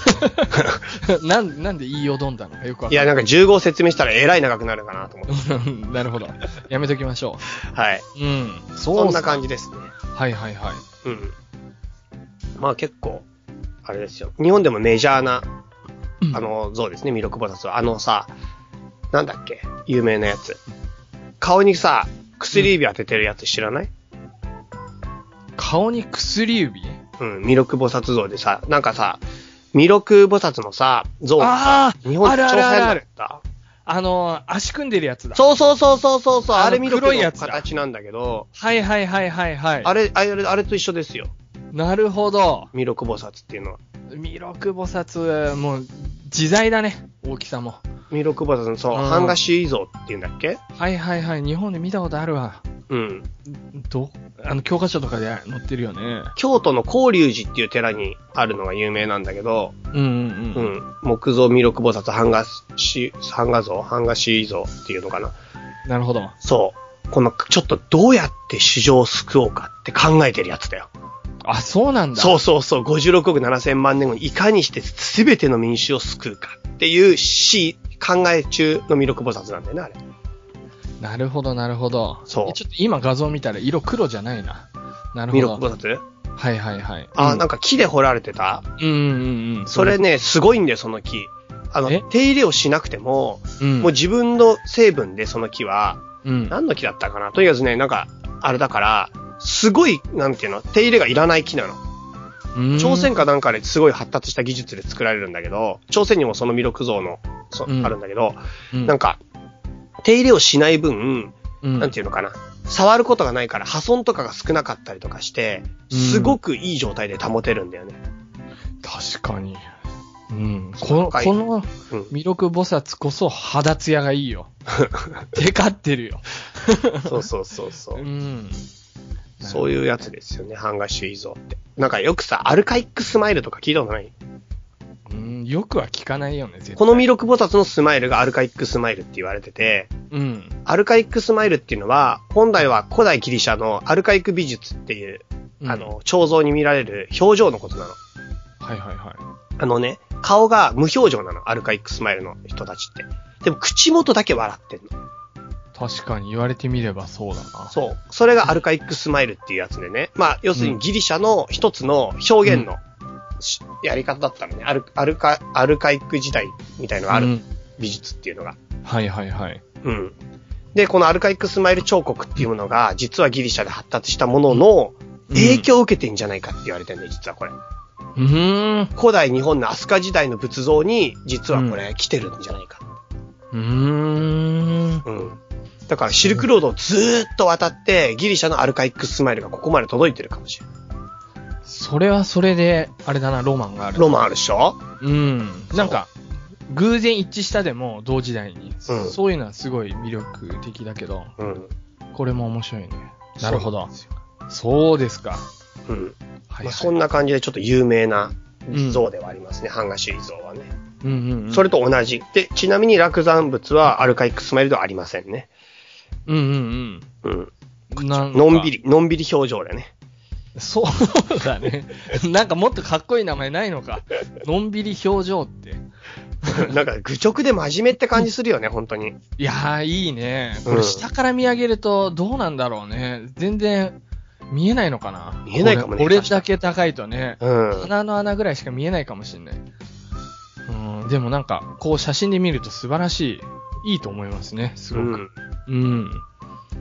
<laughs> 薩。なん、なんで言いよどんだのかよくわいかや、んなんか10号説明したらえらい長くなるかなと <laughs> 思って。ない。なるほど。やめときましょはい。う。うん。そうそんな感じ。じですね。はいはいはい。うん。まあ結構、あれですよ。日本でもメジャーな、うんあ、の像ですね、弥勒菩薩は。あのさ、なんだっけ、有名なやつ。顔にさ、薬指当ててるやつ知らない顔に薬指うん、弥勒菩薩像でさ、なんかさ、弥勒菩薩のさ、像ああ、日本あるあ超るある変あだっる。た。あの、足組んでるやつだ。そうそうそうそうそうそう、あのあれ弥勒黒いやのつだ形なんだけど、はいはいはいはいはい。あれ、あれ、あれと一緒ですよ。なるほど。弥勒菩薩っていうのは。弥勒菩薩、もう、自在だね。大きさも。弥勒菩薩のそう、うん半菓子像っていうんだっけはいはいはい。日本で見たことあるわ。うん。ど、あの、教科書とかで載ってるよね。京都の高隆寺っていう寺にあるのが有名なんだけど、うんうんううん。ん。木造弥勒菩薩半菓子、半菓像半菓子像っていうのかな。なるほど。そう。この、ちょっとどうやって市場を救おうかって考えてるやつだよ。あ、そうなんだ。そうそうそう、56億7000万年後にいかにして全ての民衆を救うかっていうし、考え中の弥勒菩薩なんだよね、あれ。なるほど、なるほど。そうえちょっと今画像見たら色黒じゃないな。なる弥勒ほど。菩薩はいはいはい。あ、うんなんか木で掘られてたうんうんうん。それ、ね、すごいんだよ、その木。あのえ、手入れをしなくても、うん、もう自分の成分でその木は、うん。何の木だったかなとにかくね、なんか、あれだから、すごい、なんていうの、手入れがいらない木なの。うん朝鮮かなんかですごい発達した技術で作られるんだけど、朝鮮にもその弥勒像の、そうんあるんだけど、うんなんか、手入れをしない分、うんなんていうのかな、触ることがないから破損とかが少なかったりとかして、うんすごくいい状態で保てるんだよね。確かに。うん。そうこの、なんかこのうん、弥勒菩薩こそ肌ツヤがいい <laughs> よ。テカってるよ。そうそうそうそう <laughs> う。ん。そういうやつですよね、ハンガシュイゾーって。なんかよくさ、アルカイックスマイルとか聞いたことないうん。よくは聞かないよね、絶対。この弥勒菩薩のスマイルがアルカイックスマイルって言われてて、うん。アルカイックスマイルっていうのは、本来は古代ギリシャのアルカイック美術っていう、うんあ、の、彫像に見られる表情のことなの。はいはいはい。あのね、顔が無表情なの、アルカイックスマイルの人たちって。でも口元だけ笑ってんの。確かに言われてみればそうだな。そう。それがアルカイックスマイルっていうやつでね。まあ、要するにギリシャの一つの表現のし、やり方だったのね。アルアルカ、アルカイック時代みたいのがある、うん美術っていうのが。はいはいはい。うん。で、このアルカイックスマイル彫刻っていうものが、実はギリシャで発達したものの影響を受けてんじゃないかって言われてるんだよ、実はこれ。うーん。古代日本の飛鳥時代の仏像に、実はこれ来てるんじゃないか。うーん。うん。だからシルクロードをずーっと渡って、ギリシャのアルカイックスマイルがここまで届いてるかもしれない。それはそれで、あれだな、ロマンがある。ロマンあるでしょうん。なんか、偶然一致したでも、同時代に、うんそういうのはすごい魅力的だけど、うん。これも面白いね。そなうるほど。そうですか。うん。はい、まはあ、い。そんな感じでちょっと有名なうん像ではありますね。版画主義像はね。うんうんうん。それと同じ。で、ちなみに落山物はアルカイックスマイルではありませんね。うんうんうん。うん。なんかのんび。り、のんびり表情でね。 <laughs> そうだね。 <laughs> なんかもっとかっこいい名前ないのか。のんびり表情って。なんか愚直で真面目って感じするよね、本当に。いやー、いいね。こうれん下から見上げるとどうなんだろうね。全然見えないのかな。見えないかもね俺確か俺だにけ高いとね。うん。鼻の穴ぐらいしか見えないかもしれない。うん、でもなんか、こう写真で見ると素晴らしい。いいと思いますね、すうごく。ん。うん。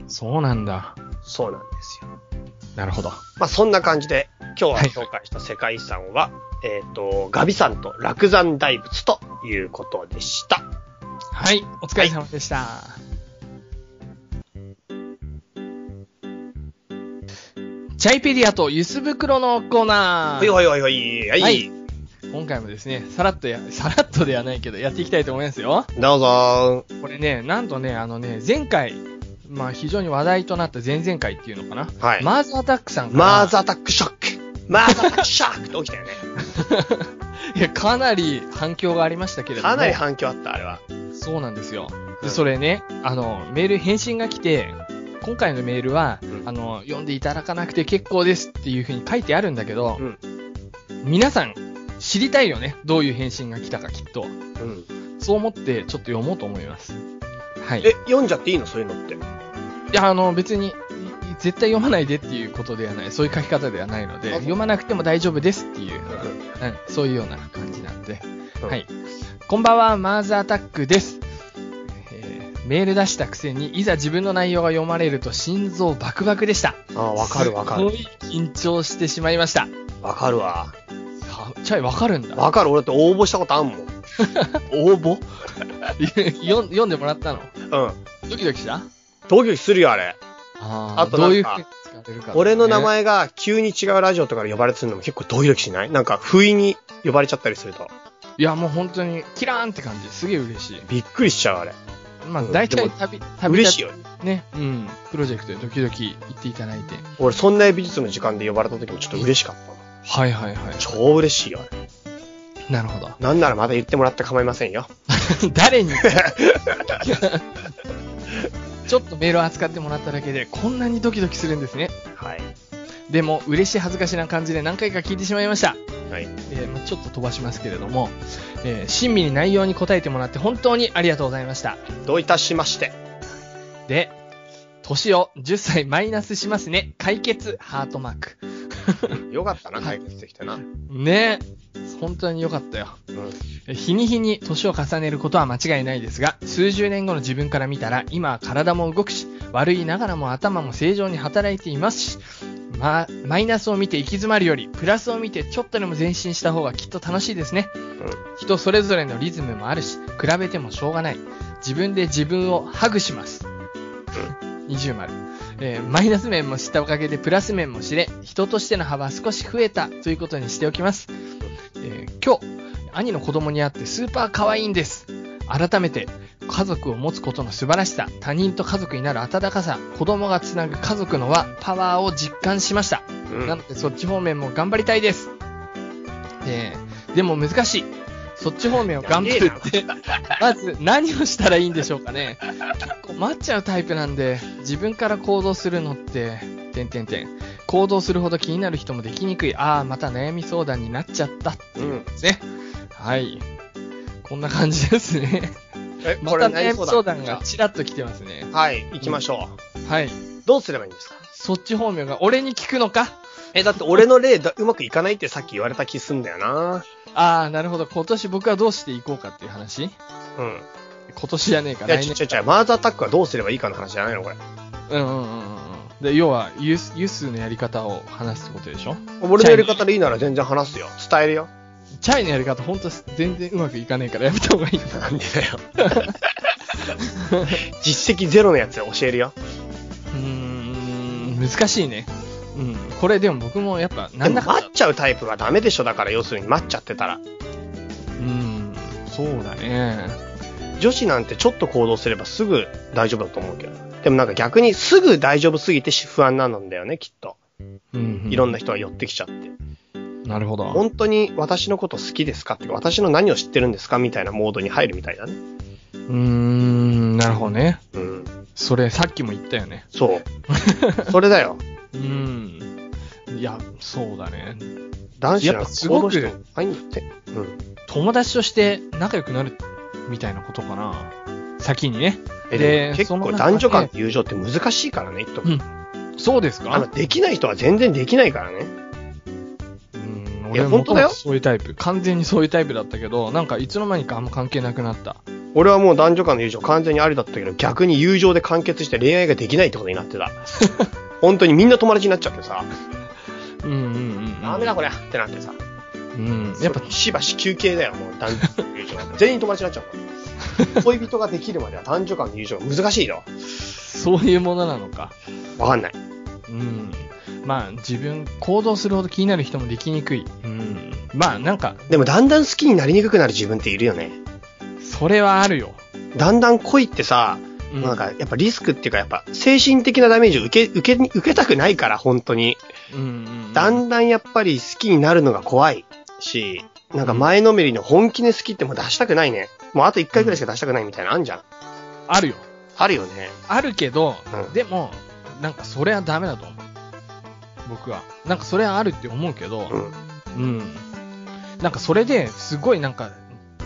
そうなんだ。そうなんですよ。なるほど。まあ、そんな感じで、今はい日は紹介した世界遺産は、えっ、と、ガビ山と落山大仏ということでした。はい、お疲れ様でした。チャイペディアとゆす袋のコーナー。ほいほいほいほい。はい。はい今回もですね、さらっとや、さらっとではないけど、やっていきたいと思いますよ。どうぞこれね、なんとね、あのね、前回、まあ非常に話題となった前々回っていうのかな。ー。はい。マーズアタックさんからマーズアタックショックマーズアタックショックって起 <laughs> きたよね。いや、かなり反響がありましたけれども。かなり反響あった、あれは。そうなんですよ。うんで、それね、あの、メール返信が来て、今回のメールは、うんあの、読んでいただかなくて結構ですっていうふうに書いてあるんだけど、うん皆さん、知りたいよね。どういう返信が来たかきっと。うん。そう思って、ちょっと読もうと思います。はい。え、読んじゃっていいのそういうのって。いや、あの、別に、い絶対読まないでっていうことではない、そういう書き方ではないので、あそう読まなくても大丈夫ですっていう、ううんそういうような感じなんで。うんはい。こんばんは、マーズアタックです。えーメール出したくせに、いざ自分の内容が読まれると心臓バクバクでした。ああ、わかるわかる。すごい緊張してしまいました。わかるわ。はチャイ、わかるんだ。わかる。俺だって応募したことあんもん。 <laughs> 応募 <laughs> 読ん読んでもらったのうん。ドキドキした同居するよ、あれ。あーあとなどんかういうふうに使われるか、俺の名。前が急に違うラジオとかで呼ばれてるのも結構ドキドキしないなんか不意に呼ばれちゃったりすると。いや、もう本当に、キラーンって感じ。すげえ嬉しい。びっくりしちゃう、あれ。まあ、うん大で体も旅、旅嬉しい立よ。ちね、うん、プロジェクトで時々行っていただいて。俺、そんな美術の時間で呼ばれた時もちょっと嬉しかったの。はいはいは超嬉しいよ。あれい。なるほど。なんならまた言ってもらって構いませんよ。 <laughs> 誰にちょっとメールを扱ってもらっただけで、こんなにドキドキするんですね。はい。でも、嬉しい恥ずかしな感じで何回か聞いてしまいました。はい。えーまあ、ちょっと飛ばしますけれども、えー親身に内容に答えてもらって本当にありがとうございました。どういたしまして。で、年を10歳マイナスしますね。解決、ハートマーク。よかったな、解決できてな。ね本当に良かったよ。うん。え日に日に年を重ねることは間違いないですが、数十年後の自分から見たら、今は体も動くし、悪いながらも頭も正常に働いていますし、まあ、マイナスを見て行き詰まるより、プラスを見てちょっとでも前進した方がきっと楽しいですね。人それぞれのリズムもあるし、比べてもしょうがない。自分で自分をハグします。二重丸。えーマイナス面も知ったおかげでプラス面も知れ、人としての幅は少し増えたということにしておきます。えー今日、兄の子供に会ってスーパー可愛いんです。改めて、家族を持つことの素晴らしさ、他人と家族になる温かさ、子供がつなぐ家族の輪、パワーを実感しました。うん。うなんのでそっち方面も頑張りたいです。えーでも難しい。そっち方面を頑張るって、 <laughs> まず何をしたらいいんでしょうかね。結構待っちゃうタイプなんで、自分から行動するのって、てんてんてん。行動するほど気になる人もできにくい。ああ、また悩み相談になっちゃったっていうことですね。はい。こんな感じですね。え、まこたれ悩何みそ相うだ談がちらっと来てますね。はい、行きましょはい。う。どうすればいいんですかそっち方面が俺に聞くのかえ、だって俺の例だうまくいかないってさっき言われた気すんだよな。ああ、なるほど。今年僕はどうしていこうかっていう話うん。今年じゃねえか、いや、来ち年っ。ちゃいちゃい、マーズアタックはどうすればいいかの話じゃないのこれ。うんうんうんうん。で、要は、ユス、ユスのやり方を話すってことでしょ俺のやり方でいいなら全然話すよ。伝え <laughs> るよ。チャイのやり方、ほんと全然うまくいかねえからやめた方がいいんだ。なんでだよ。実績ゼロのやつ教えるよ。うーん、難しいね。うん。これでも僕もやっぱ、なでんもだかん待だっ。ちゃうタイプはダメでしょだから要するに待っちゃってたらうん、そうだね。女子なんてちょっと行動すればすぐ大丈夫だと思うけどでもなんか逆にすぐ大丈夫すぎて不安なんだよねきっとうん、いろんな。な人が寄ってきちゃって、なるほど。本当に私のこと好きですかっていうか私の何を知ってるんですかみたいなモードに入るみたいだねうーん、なるほどね。うんそれ、さっきも言ったよね。そう <laughs> それだようん。いや、そうだね。男子やなっんぱかす行ご動くしてもないんだってうん友達として仲良くなるみたいなことかな。先にね。えででも結その構中で男女間の友情って難しいからね言っとくそうですあのかできない人は全然できないからねうん、いや俺も本当だよそういうタイプ。完全にそういうタイプだったけど、なんかいつの間にかあんま関係なくなった。俺はもう男女間の友情完全にありだったけど、逆に友情で完結して恋愛ができないってことになっ <laughs> てた。本当にみんな友達になっちゃってさ、うんうんうん。ダメだこりゃってなってさ、うん。やっぱ、しばし休憩だよ、もう男女間の友情は。全員友達になっちゃうの。恋人ができるまでは男女間の友情は難しいよ。そういうものなのか。わかんない。うん。まあ、自分、行動するほど気になる人もできにくい。うん。まあ、なんか、でもだんだん好きになりにくくなる自分っているよね。それはあるよ。だんだん恋ってさ、うなんかやっぱリスクっていうかやっぱ精神的なダメージを受け、受けに、受けたくないから、本当に。うんうんうん。だんだんやっぱり好きになるのが怖いし、なんか前のめりの本気で好きってもう出したくないね。もうあと1回ぐらいしか出したくないみたいなのあんじゃん。あるよ。あるよね。あるけど、うんでも、なんかそれはダメだと思う。僕は。なんかそれはあるって思うけうど、ん。うん。なんかそれですごいなんか、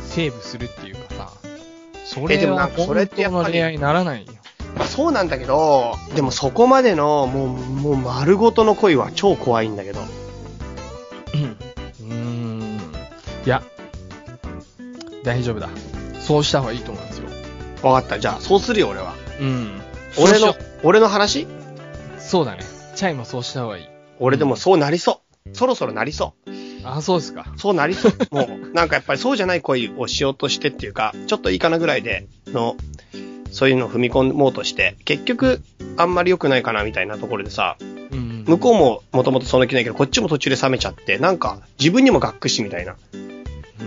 セーブするっていうかさ、そえでれもなはんかそれ本ってや当っのぱり恋愛にならない <laughs> よ。そうなんだけど、でもそこまでの、もう、もう丸ごとの恋は超怖いんだけど。うーん。いや、大丈夫だ。そうした方がいいと思うんですよ。わかった。じゃあ、そうするよ、俺は。うん。俺のそうしよ、俺の話うそうだね。チャイもそうした方がいい。俺でもそうなりそう。そろそろなりそう。あ、そうですか。そうな <laughs> りそう。もう、なんかやっぱりそうじゃない恋をしようとしてっていうか、ちょっといいかなぐらいでの、そういうのを踏み込もうとして、結局、あんまり良くないかなみたいなところでさ、うん。向こうももともとその気ないけど、こっちも途中で冷めちゃって、なんか自分にもがっくしみたいな、う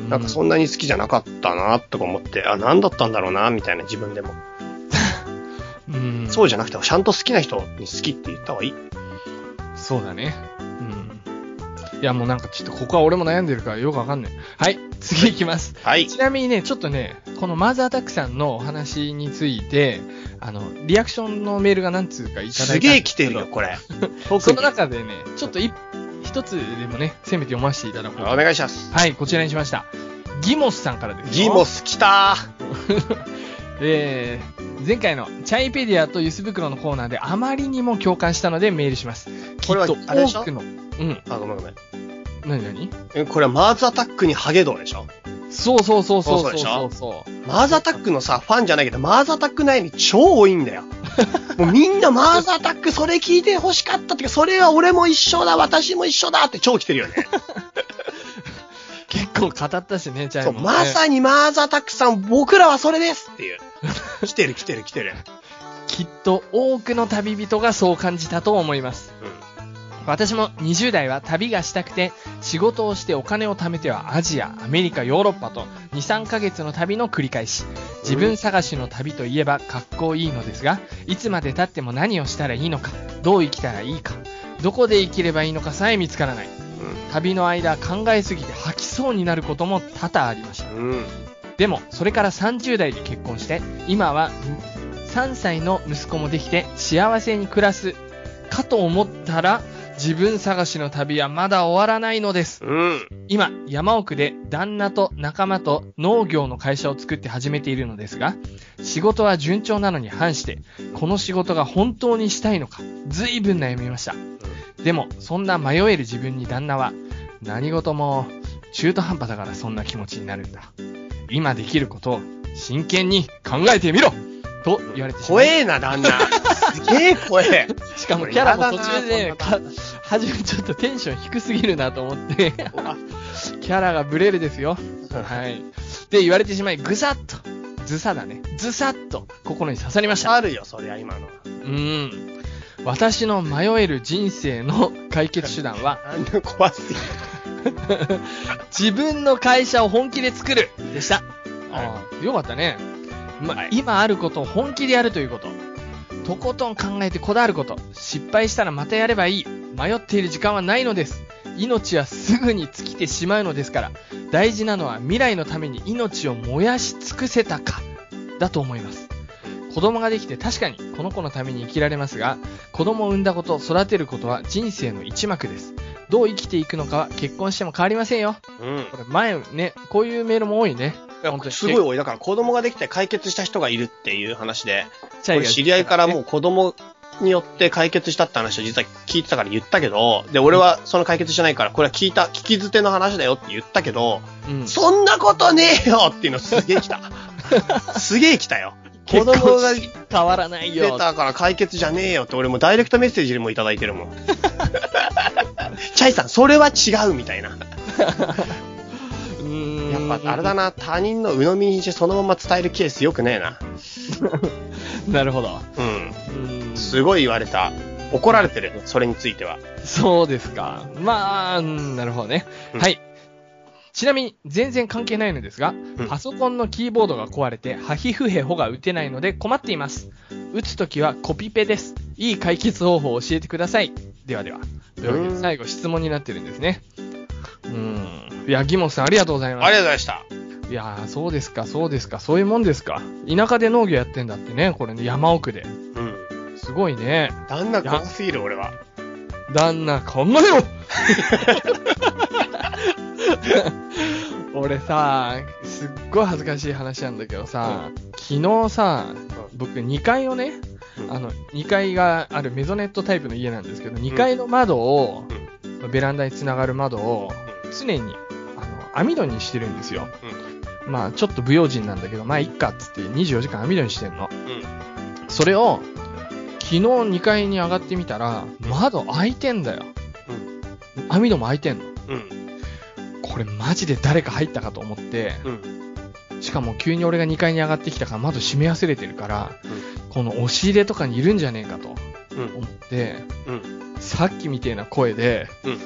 なんかそんなに好きじゃなかったなとか思って、あ、なんだったんだろうなみたいな自分でも。うん。そうじゃなくて、ちゃんと好きな人に好きって言った方がいい。そうだね。うん。いや、もうなんかちょっとここは俺も悩んでるからよくわかんない。はい、次行きます。はい。ちなみにね、ちょっとね、このマザータックさんのお話について、あの、リアクションのメールが何通かいただいたんですげえ来てるよ、これ。けど。その中でね、ちょっと一、一つでもね、せめて読ませていただこうおと。願いします。はい、こちらにしました。ギモスさんからですよ。ギモス来たえー前回のチャイペディアとユス袋のコーナーであまりにも共感したのでメールします。きこっれはとあれでしょ多くの、うん、あ、ごめんごめん。何何えこれはマーズアタックにハゲドウでしょそうそうそうそうそうそそううそう。マーズアタックのさ、ファンじゃないけど、マーズアタック悩み超多い <laughs> んだよ。もうみんなマーズアタックそれ聞いて欲しかったってか、それは俺も一緒だ、私も一緒だって超来てるよね。結構語ったしね、チャイそもう、ね、まさにマーズアタックさん、僕らはそれですっ <laughs> ていう。来てる来てる来てる。きっと多くの旅人がそう感じたと思います。私も20代は旅がしたくて仕事をしてお金を貯めてはアジアアメリカヨーロッパと23ヶ月の旅の繰り返し自分探しの旅といえばかっこいいのですがいつまで経っても何をしたらいいのかどう生きたらいいかどこで生きればいいのかさえ見つからない旅の間考えすぎて吐きそうになることも多々ありましたうん。うん。でもそれから30代で結婚して今は3歳の息子もできて幸せに暮らすかと思ったら自分探しの旅はまだ終わらないのですうん。今山奥で旦那と仲間と農業の会社を作って始めているのですが仕事は順調なのに反してこの仕事が本当にしたいのか随分悩みましたでもそんな迷える自分に旦那は何事も中途半端だからそんな気持ちになるんだ今できることを真剣に考えてみろと言われてしま怖いえな、旦那。すげえ怖え。しかもキャラも途中これでやだなか初めちょっとテンション低すぎるなと思ってキャラがブレるですよ。はい。で、言われてしまい、ぐさっと、ずさだね。ずさっと、心に刺さりました。あるよ、そりゃ、今の。うん。私の迷える人生の解決手段は、なんで怖すぎる。 <laughs> 自分の会社を本気で作るでした。はあーよかったね、まはい今あることを本気でやるということ。とことん考えてこだわること。失敗したらまたやればいい。迷っている時間はないのです。命はすぐに尽きてしまうのですから、大事なのは未来のために命を燃やし尽くせたか、だと思います。子供ができて確かにこの子のために生きられますが、子供を産んだこと、育てることは人生の一幕です。どう生きていくのかは結婚しても変わりませんよ。うんこ。れ前ね、こういうメールも多いね。本当にすごい多い。だから子供ができて解決した人がいるっていう話で、ちっちこゃいれ知り合いからもう子供によって解決したって話を実は聞いてたから言ったけど、で、俺はその解決してないから、これは聞いた、聞き捨ての話だよって言ったけど、うん。そんなことねえよっていうのすげえ <laughs> 来た。すげえ来たよ。結子婚供が出変わらないよ。たから解決じゃねえよって俺もダイレクトメッセージでもいただいて <laughs> るもん。チャイさん、それは違うみたいな。やっぱあれな。だな、他人の鵜呑みにしてそのまま伝えるケースよくねえな。なるほど。うん。うーんすごい言われた。怒られてる、それについては。そうですか。まあ、うんなるほどね。うんはい。ちなみに、全然関係ないのですが、んパソコンのキーボードが壊れて、ハヒフヘホが打てないので困っています。打つときはコピペです。いい解決方法を教えてください。ではでは。というわけでうん最後質問になってるんですね。うーん。いや、ギモスさんありがとうございあまりす。がとうございました。いやー、そうですか、そうですか、そういうもんですか。田舎で農業やってんだってね、これね、山奥で。うん。すごいね。旦那怖すぎる、俺は。旦那、考えろ <laughs> 俺さ、すっごい恥ずかしい話なんだけどさ、昨日さ、僕2階をね、うんあの、2階があるメゾネットタイプの家なんですけど、2階の窓を、ベランダにつながる窓を、常に、あの、網戸にしてるんですよ。まあ、ちょっと不用心なんだけど、まあ、いっかっつって24時間網戸にしてんの。うん。それを、昨日2階に上がってみたら、窓開いてんだよ。網戸も開いてんの。うん。これマジで誰か入ったかと思って、うん。しかも急に俺が2階に上がってきたから窓閉め忘れてるから、この押し入れとかにいるんじゃねえかとうん。思って、うん。さっきみてえな声で、うん。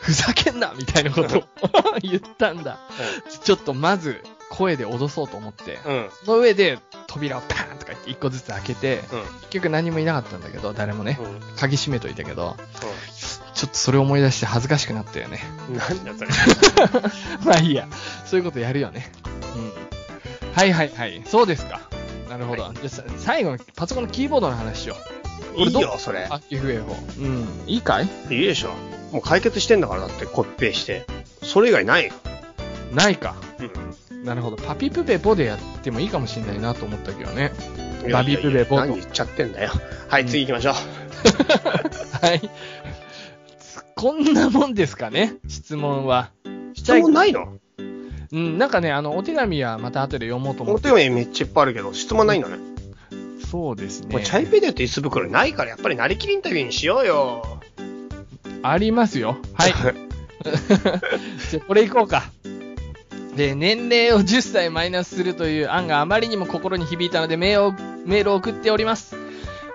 ふざけんなみたいなことを <laughs> 言ったんだ。ちょっとまず声で脅そうと思って、うん。その上で扉をパーンとか言って一個ずつ開けて、うん。 <laughs> 結局何もいなかったんだけど、誰もね、うん。鍵閉めといたけど、ちょっとそれを思い出して恥ずかしくなったよね。 <laughs> うん。なんだそれ。まあいいや。そういうことやるよね。うん。はいはいはい。そうですか。なるほど。じゃあさ最後のパソコンのキーボードの話しよう。いいよ、それ。あ、FFO。うん。いいかいいいでしょ。もう解決してんだから、だって、コピペして。それ以外ないよ。ないか。うん。なるほど。パピプペポでやってもいいかもしれないなと思ったけどね。バビプペポ何言っちゃってんだよ。はうい、ん次行きましょう。 <laughs> はい。こんなもんですかね質問は。質問ないのうん、なんかね、あの、お手紙はまた後で読もうと思っおて。手紙めっちゃいっぱいあるけど、質問ないんだね。そうですもうねチ。ャイペデーと椅子袋ないから、やっぱりなりきりインタビューにしようよ。ありますよ。 <laughs> はい。 <laughs> じゃあこれいこうか。で、年齢を10歳マイナスするという案があまりにも心に響いたのでメールを、メールを送っております。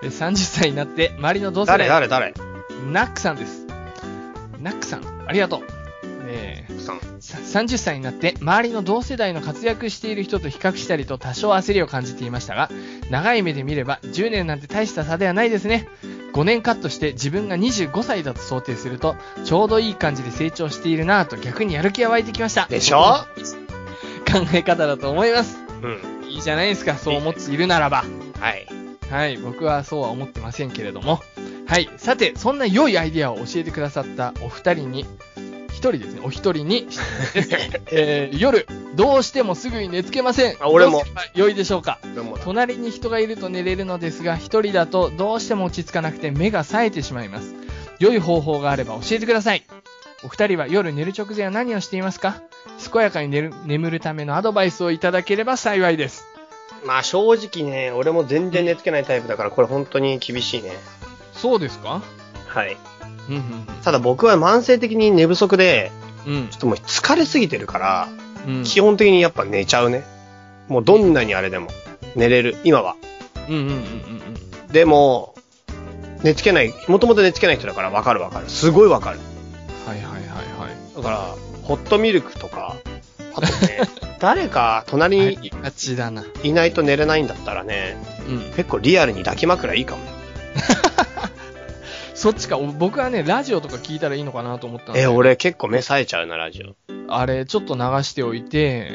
で30歳になって、周りの同世誰代、誰誰ナックさんです。ナックさん、ありがとう。えーさん。さ30歳になって周りの同世代の活躍している人と比較したりと多少焦りを感じていましたが長い目で見れば10年なんて大した差ではないですね5年カットして自分が25歳だと想定するとちょうどいい感じで成長しているなぁと逆にやる気が湧いてきましたでしょ <laughs> 考え方だと思いますうん。いいじゃないですかそう思っているならばはい。はい、僕はそうは思ってませんけれども。はい、さて、そんな良いアイディアを教えてくださったお二人に、一人ですね、お一人に、 <laughs> えー夜、どうしてもすぐに寝つけません。あ俺もどうすれば良いでしょうか。でも隣に人がいると寝れるのですが、一人だとどうしても落ち着かなくて目が冴えてしまいます。良い方法があれば教えてください。お二人は夜寝る直前は何をしていますか健やかに寝る眠るためのアドバイスをいただければ幸いです。まあ正直ね、俺も全然寝つけないタイプだから、これ本当に厳しいね。そうですかはい。うんただ僕は慢性的に寝不足で、うんうん。うんちょっともう疲れすぎてるから、うん基本的にやっぱ寝ちゃうね。もうどんなにあれでも寝れる、今は。うんうんうんうんでも、寝つけない、もともと寝つけない人だからわかるわかる。すごいわかる。うん。はいはいはいはい。だから、ホットミルクとか、あと <laughs> ね、誰か隣あにりがちだな。いないと寝れないんだったらね、うん。結構リアルに抱き枕いいかも。そっちか、お僕はね、ラジオとか聞いたらいいのかなと思ったんだえ、よ俺結構目冴えちゃうな、ラジオ。あれ、ちょっと流しておいて、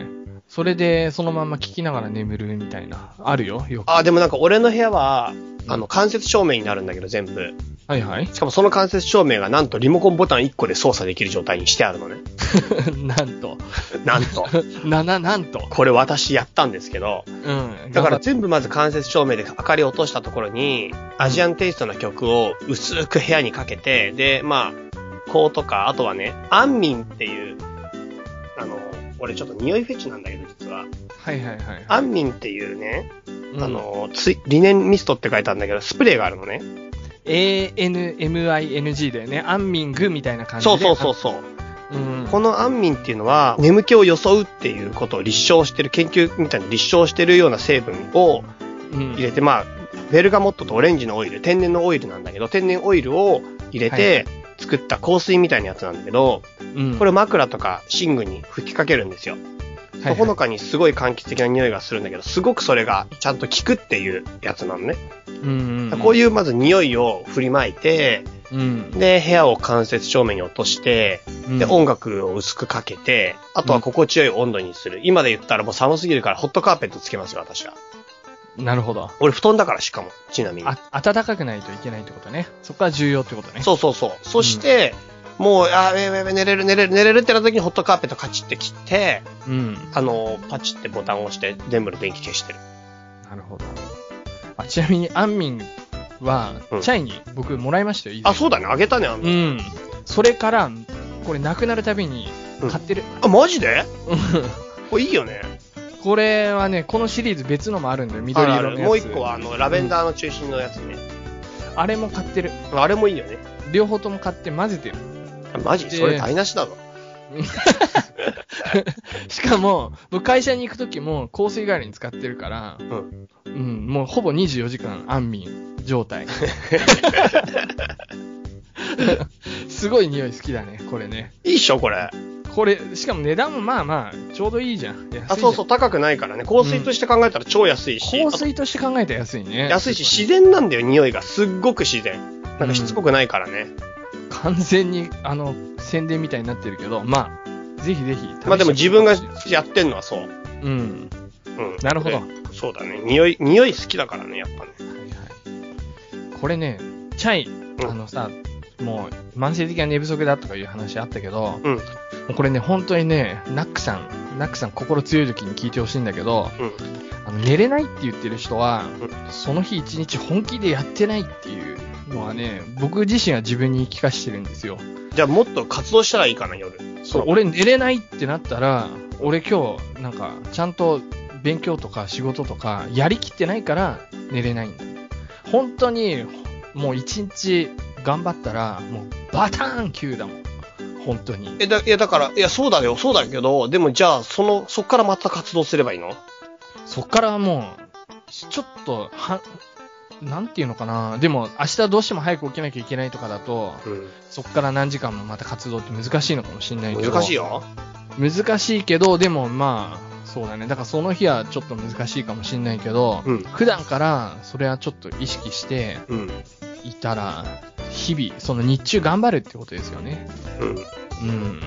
それで、そのまま聞きながら眠るみたいな。あるよ、よく。あ、でもなんか俺の部屋は、あの、間接照明になるんだけど、全部。はいはい。しかもその間接照明がなんとリモコンボタン1個で操作できる状態にしてあるのね。 <laughs> なんと。なんと。な、な、なんと。これ私やったんですけど、うん。だ頑から張っ全部まず間接照明で明かりを落としたところに、アジアンテイストな曲を薄く部屋にかけて、で、まあ、こうとか、あとはね、アンミンっていう、あの、俺ちょっと匂いフェチなんだけど、実は。はいはいはいはい。アンミンっていうね、うんあ、の、つい、リネンミストって書いてあるんだけど、スプレーがあるのね。 ANMING だよね。アンミングみたいな感じで。そうそうそうそう。う。うん。この安眠っていうのは、眠気を装うっていうことを立証してる、研究みたいに立証してるような成分をうん入れて、まあ、ベルガモットとオレンジのオイル、天然のオイルなんだけど、天然オイルを入れて作った香水みたいなやつなんだけど、うんこれ枕とか寝具に吹きかけるんですよ。そこのかにすごい柑橘的な匂いがするんだけど、すごくそれがちゃんと効くっていうやつなのね。うんこういいうまず匂いを振りまいて、うん、うん。で、部屋を間接照明に落として、うんで、音楽を薄くかけて、あとは心地よい温度にする。今で言ったらもう寒すぎるからホットカーペットつけますよ、私は。なるほど。俺布団だからしかも、ちなみに。あ、暖かくないといけないってことね。そこは重要ってことね。そうそうそう。そして、もう、あー、やべやべ寝れる寝れる寝れるってなった時にホットカーペットカチって切って、う。うん。あのー、パチってボタンを押して全部の電気消してる。なるほど。あちなみに、アンミンはう、んチャイに僕もらいましたよ、以前あ、そうだね、あげたね、あの。うん。それから、これなくなるたびにうん買ってる。 <laughs> あ、マジでうんこれいいよね。これはね、このシリーズ別のもあるんだよ、緑ある色あるのやつ。もう一個は、あの、ラベンダーの中心のやつね。あれも買ってる。あれもいいよね。両方とも買って混ぜてる。 <laughs> あマジでそれ台無しだぞ。しかも、僕会社に行く時も香水代わりに使ってるから、んうん、もうほぼ24時間安眠状 <laughs> 態。すごい匂い好きだね、これね。いいっしょ、これ。これ、しかも値段もまあまあ、ちょうどいいじゃん。安いじゃんあ、そうそう、高くないからね。香水として考えたら超安いし。香水として考えたら安いね。安いし、自然なんだよ、匂いが。すっごく自然。なんかしつこくないからね。完全に、あの、宣伝みたいになってるけど、まあ、ぜひぜひ。まあでも自分が試してほしやってんのはそう。いうん。うん。なるほど。はいではそうだね。匂い、匂い好きだからね、やっぱね。いこれね、チャイ、んあのさ、もう、慢性的な寝不足だとかいう話あったけど、もうん。うこれね、本当にね、ナックさん、ナックさん心強い時に聞いてほしいんだけど、うん。あの寝れないって言ってる人は、うその日一日本気でやってないっていうのはね、僕自身は自分に言い聞かしてるんですよ。じゃあもっと活動したらいいかな、夜。そう、俺寝れないってなったら、俺今日、なんか、ちゃんと勉強とか仕事とか、やりきってないから寝れないんだ。本当に、もう一日頑張ったら、もうバターン級だもん。本当に。え、だ、いや、だから、いや、そうだよ、そうだけど、でもじゃあ、その、そっからまた活動すればいいのそっからはもう、ちょっと、は、なんていうのかな。でも、明日どうしても早く起きなきゃいけないとかだと、うそっから何時間もまた活動って難しいのかもしれないけど。難しいよ。難しいけど、でもまあ、そうだね。だからその日はちょっと難しいかもしれないけど、うん普段からそれはちょっと意識してうん。いたら、日々、その日中頑張るってことですよね。うん。うん。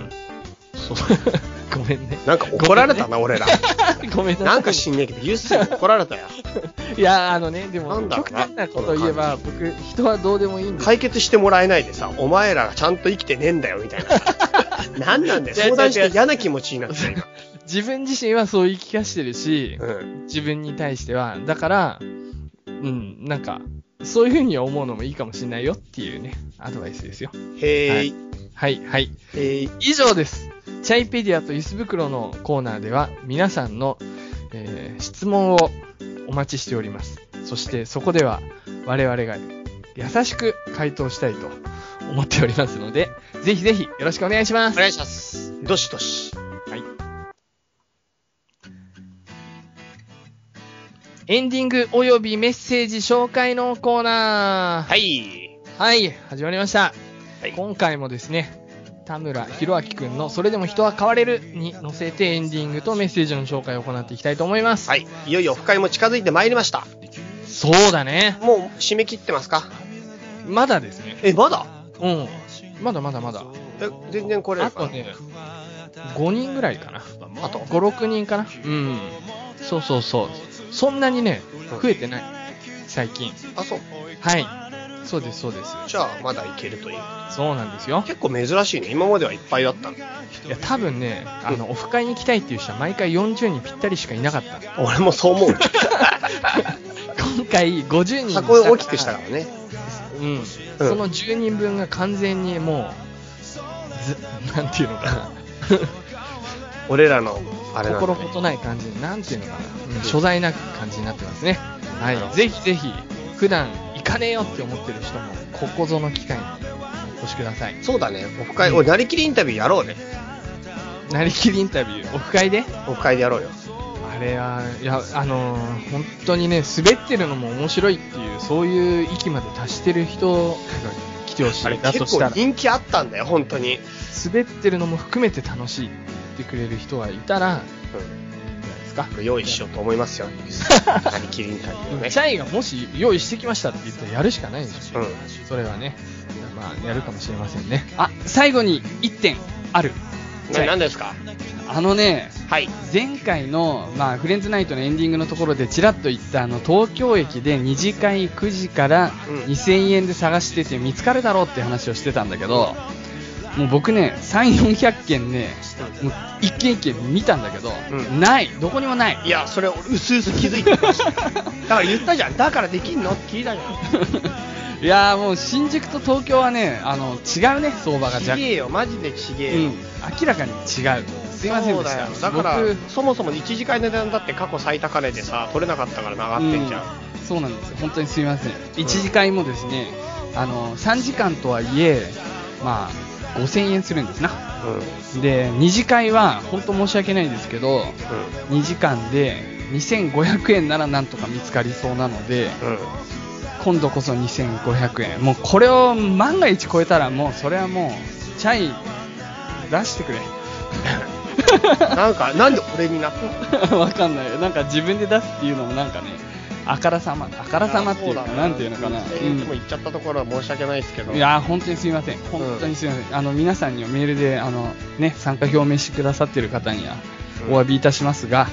そう <laughs> ごめんね。 <laughs> なんか怒られたな、俺ら。ごめんなんか知んねえけど、ゆっすに怒られたよ。いや、あのね、でなも、んだろ極うな端なことを言えば、僕、人はどうでもいいんです解決してもらえないでさ、お前らがちゃんと生きてねえんだよ、みたいな。なんなんだよ。相談して嫌な気持ちになってる。自分自身はそう言い聞かしてるし、うん。自分に対しては、だから、うん、なんか、そういうふうに思うのもいいかもしれないよっていうね、アドバイスですよ。へ。はいはい、はい。へい。以上です。チャイペディアとユス袋のコーナーでは、皆さんの、えー質問をお待ちしております。そして、そこでは、我々が優しく回答したいと思っておりますので、ぜひぜひよろしくお願いしまおす。願いします。どしどし。エンディングおよびメッセージ紹介のコーナー。はい。はい、始まりました。はい今回もですね、田村弘明くんの「それでも人は変われる」に乗せてエンディングとメッセージの紹介を行っていきたいと思います。はい。いよいよ深いも近づいてまいりました。そうだね。もう締め切ってますかまだですね。え、まだうん。まだまだまだ。え、全然これあとね、5人ぐらいかな。あと5、6人かな。うん。そうそうそう。そんなにね、増えてない。最近。あ、そう。はい。そうです、そうです。じゃあ、まだいけるという。そうなんですよ。結構珍しいね。今まではいっぱいだったの。いや、多分ね、あの、オフ会に行きたいっていう人は毎回40人ぴったりしかいなか <laughs> った。俺もそう思う。今回50人に箱を大きくしたからね。うん、その10人分が完全にもうず <laughs> なんていうのか <laughs> な俺らの、あれなんだ心ねもとない感じなんていうのかな、うん所在なく感じになってますねはいぜひぜひ普段行かねえよって思ってる人もここぞの機会にお越しくださいそうだね。オフ会、おい、なりきりインタビューやろうね。なりきりインタビューオフ会でオフ会でやろうよ。あれはいやあのー本当にね滑ってるのも面白いっていうそういう域まで達してる人が来てほしあれ、いだ結とした構ら人気あったんだよ、本当に。滑ってるのも含めて楽しいって言ってくれる人がいたら、いいんじゃないですか。うん。用意しようと思いますよ。 <laughs> なりきりインタビューねチ。ャイがもし用意してきましたって言ったらやるしかないでしょ。うん。それはね。まあ、やるかもしれませんね。あ、最後に1点ある。な何ですかあのね、はい。前回の、まあ、フレンズナイトのエンディングのところでちらっと言ったあの東京駅で2次会9時からうん2000円で探してて見つかるだろうって話をしてたんだけどもう僕ね3400件ねもう一軒一軒見たんだけど、うんないどこにもない <laughs> いや、それ、俺、うすうす気づいてました。だから言ったじゃん。だからできんのって聞いたじゃん。いやーもう新宿と東京はねあの違うね相場がち若げ干、えよ、マジでちげうんえよ。、明らかに違うすいませんでしたそうだよだから僕そもそも一時間値段だって過去最高値でさ取れなかったから上がってんじゃん、うん、そうなんですよ本当にすみません1次会もですねあの3時間とはいえまあ5000円するんですなうんうんで2次会は本当申し訳ないですけど2時間で2500円ならなんとか見つかりそうなのでうん今度こそ2500円もうこれを万が一超えたらもうそれはもうチャイ出して <laughs> くれなんか <laughs> なんで俺になった <laughs> のわかんない。なんか自分で出すっていうのもなんかね、あからさま、あからさまっていうか、なんていうのかな。 1000円でも言っちゃったところは申し訳ないですけど、うんいやー本当にすみません、本当にすみません、あの皆さんにはメールであの、ね、参加表明してくださってる方にはうんお詫びいたしますが、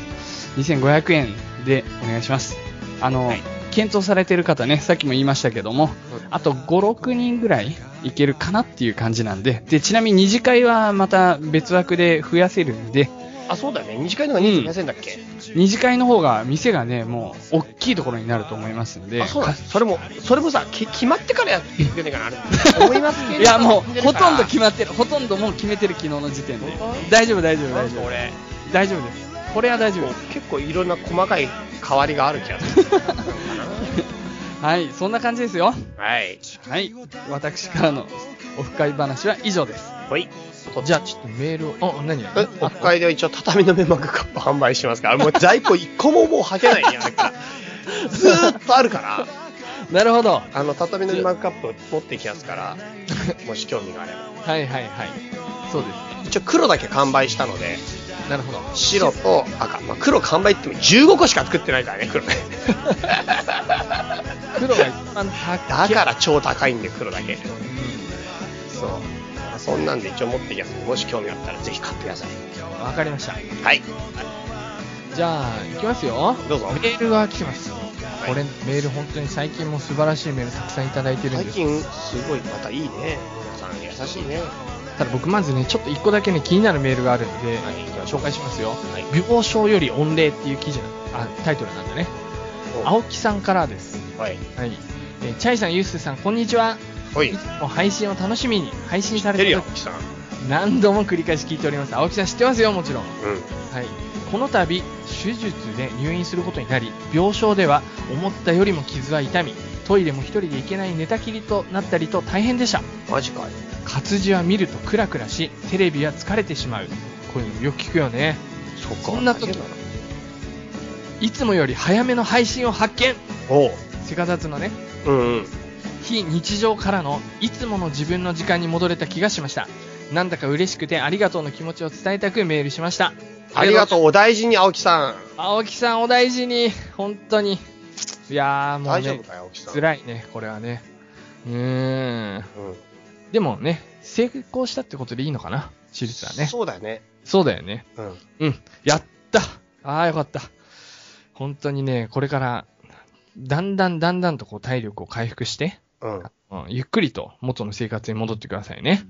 2500円でお願いします、あのはい検討されてる方ね、さっきも言いましたけども、あと5、6人ぐらいいけるかなっていう感じなんで、でちなみに二次会はまた別枠で増やせるんで、あそうだよね二次会の方が2 0 0円だっけ、二次会の方が店がねもう大きいところになると思いますんであそうだそれもそれもさき決まってからやってくれねえかなあ <laughs> れ思いますけどいやもうほとんど決まってるほとんどもう決めてる昨日の時点で大丈夫大丈夫大丈夫俺大丈夫です <laughs> これは大丈夫もでうす結構いろんな細かい変わりがある気がするはいそんな感じですよはいはい私からのオフ会話は以上ですほいじゃあ、ちょっとメールを、あ、何やえオフ会では一応畳の目幕カップ販売してますから、もう在庫一個ももう履けないんやだから。ずーっとあるから、なるほどあの畳の目幕カップを持ってきますから、もし興味があれば。 <laughs> はいはいはい。そうです一応黒だけ完売したので、ね。なるほど。白と赤。まあ、黒完売って言っても15個しか作ってないからね、黒ね。黒が一番高だい。から超高いんで、黒だけ。そう。まあそんなんで一応持ってきますので、もし興味があったらぜひ買ってください。うんわかりました。はい。じゃあ、行きますよ。どうぞメールが来てます。これ、メール本当に最近も素晴らしいメールたくさんいただいてるん最です近、すごい、またいいね。皆さん優しいね。ただ僕まずねちょっと1個だけね気になるメールがあるんで、はい紹介しますよ、はい病床より御礼っていう記事なあタイトルなんだね青木さんからですはい。はい、えーチャイさんユースさんこんにちはほいいつ。も配信を楽しみに配信されててるるよ、木さん。う何度も繰り返し聞いております青木さん知ってますよもちろんん。はい、この度手術で入院することになり病床では思ったよりも傷は痛みトイレも一人で行けない寝たきりとなったりと大変でしたマジかよ。活字は見るとクラクラしテレビは疲れてしまうこういうのよく聞くよねそっそんな時いつもより早めの配信を発見おう。セカザツのね、うんうん。非日常からのいつもの自分の時間に戻れた気がしました。なんだか嬉しくてありがとうの気持ちを伝えたくメールしました。ありがとう、お大事に、青木さん。青木さんお大事に、本当に。いやーもう大丈ね夫、かよ、青木さん。辛いね、これはね。うーん。うんでもね、成功したってことでいいのかな手術はね。そうだよね。そうだよね。うん。うん。やったああ、よかった。本当にね、これから、だんだんだんだんとこう体力を回復して、うん。うん、ゆっくりと元の生活に戻ってくださいね。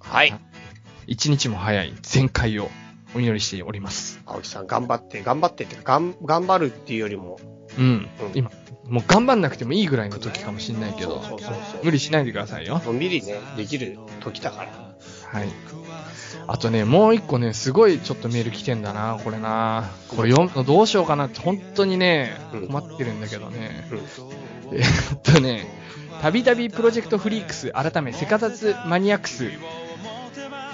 はい。一日も早い全開をお祈りしております。青木さん、頑張って、頑張ってっていうか、がん頑張るっていうよりも、うん。うん今、もう頑張んなくてもいいぐらいの時かもしんないけど、そうそうそう無理しないでくださいよ。のんびりね、できる時だから。はい。あとね、もう一個ね、すごいちょっとメール来てんだな、これな。これ読むのどうしようかなって、本当にねうん、困ってるんだけどね。うん。えーっとね、たびたびプロジェクトフリークス、改めセカザツマニアックス、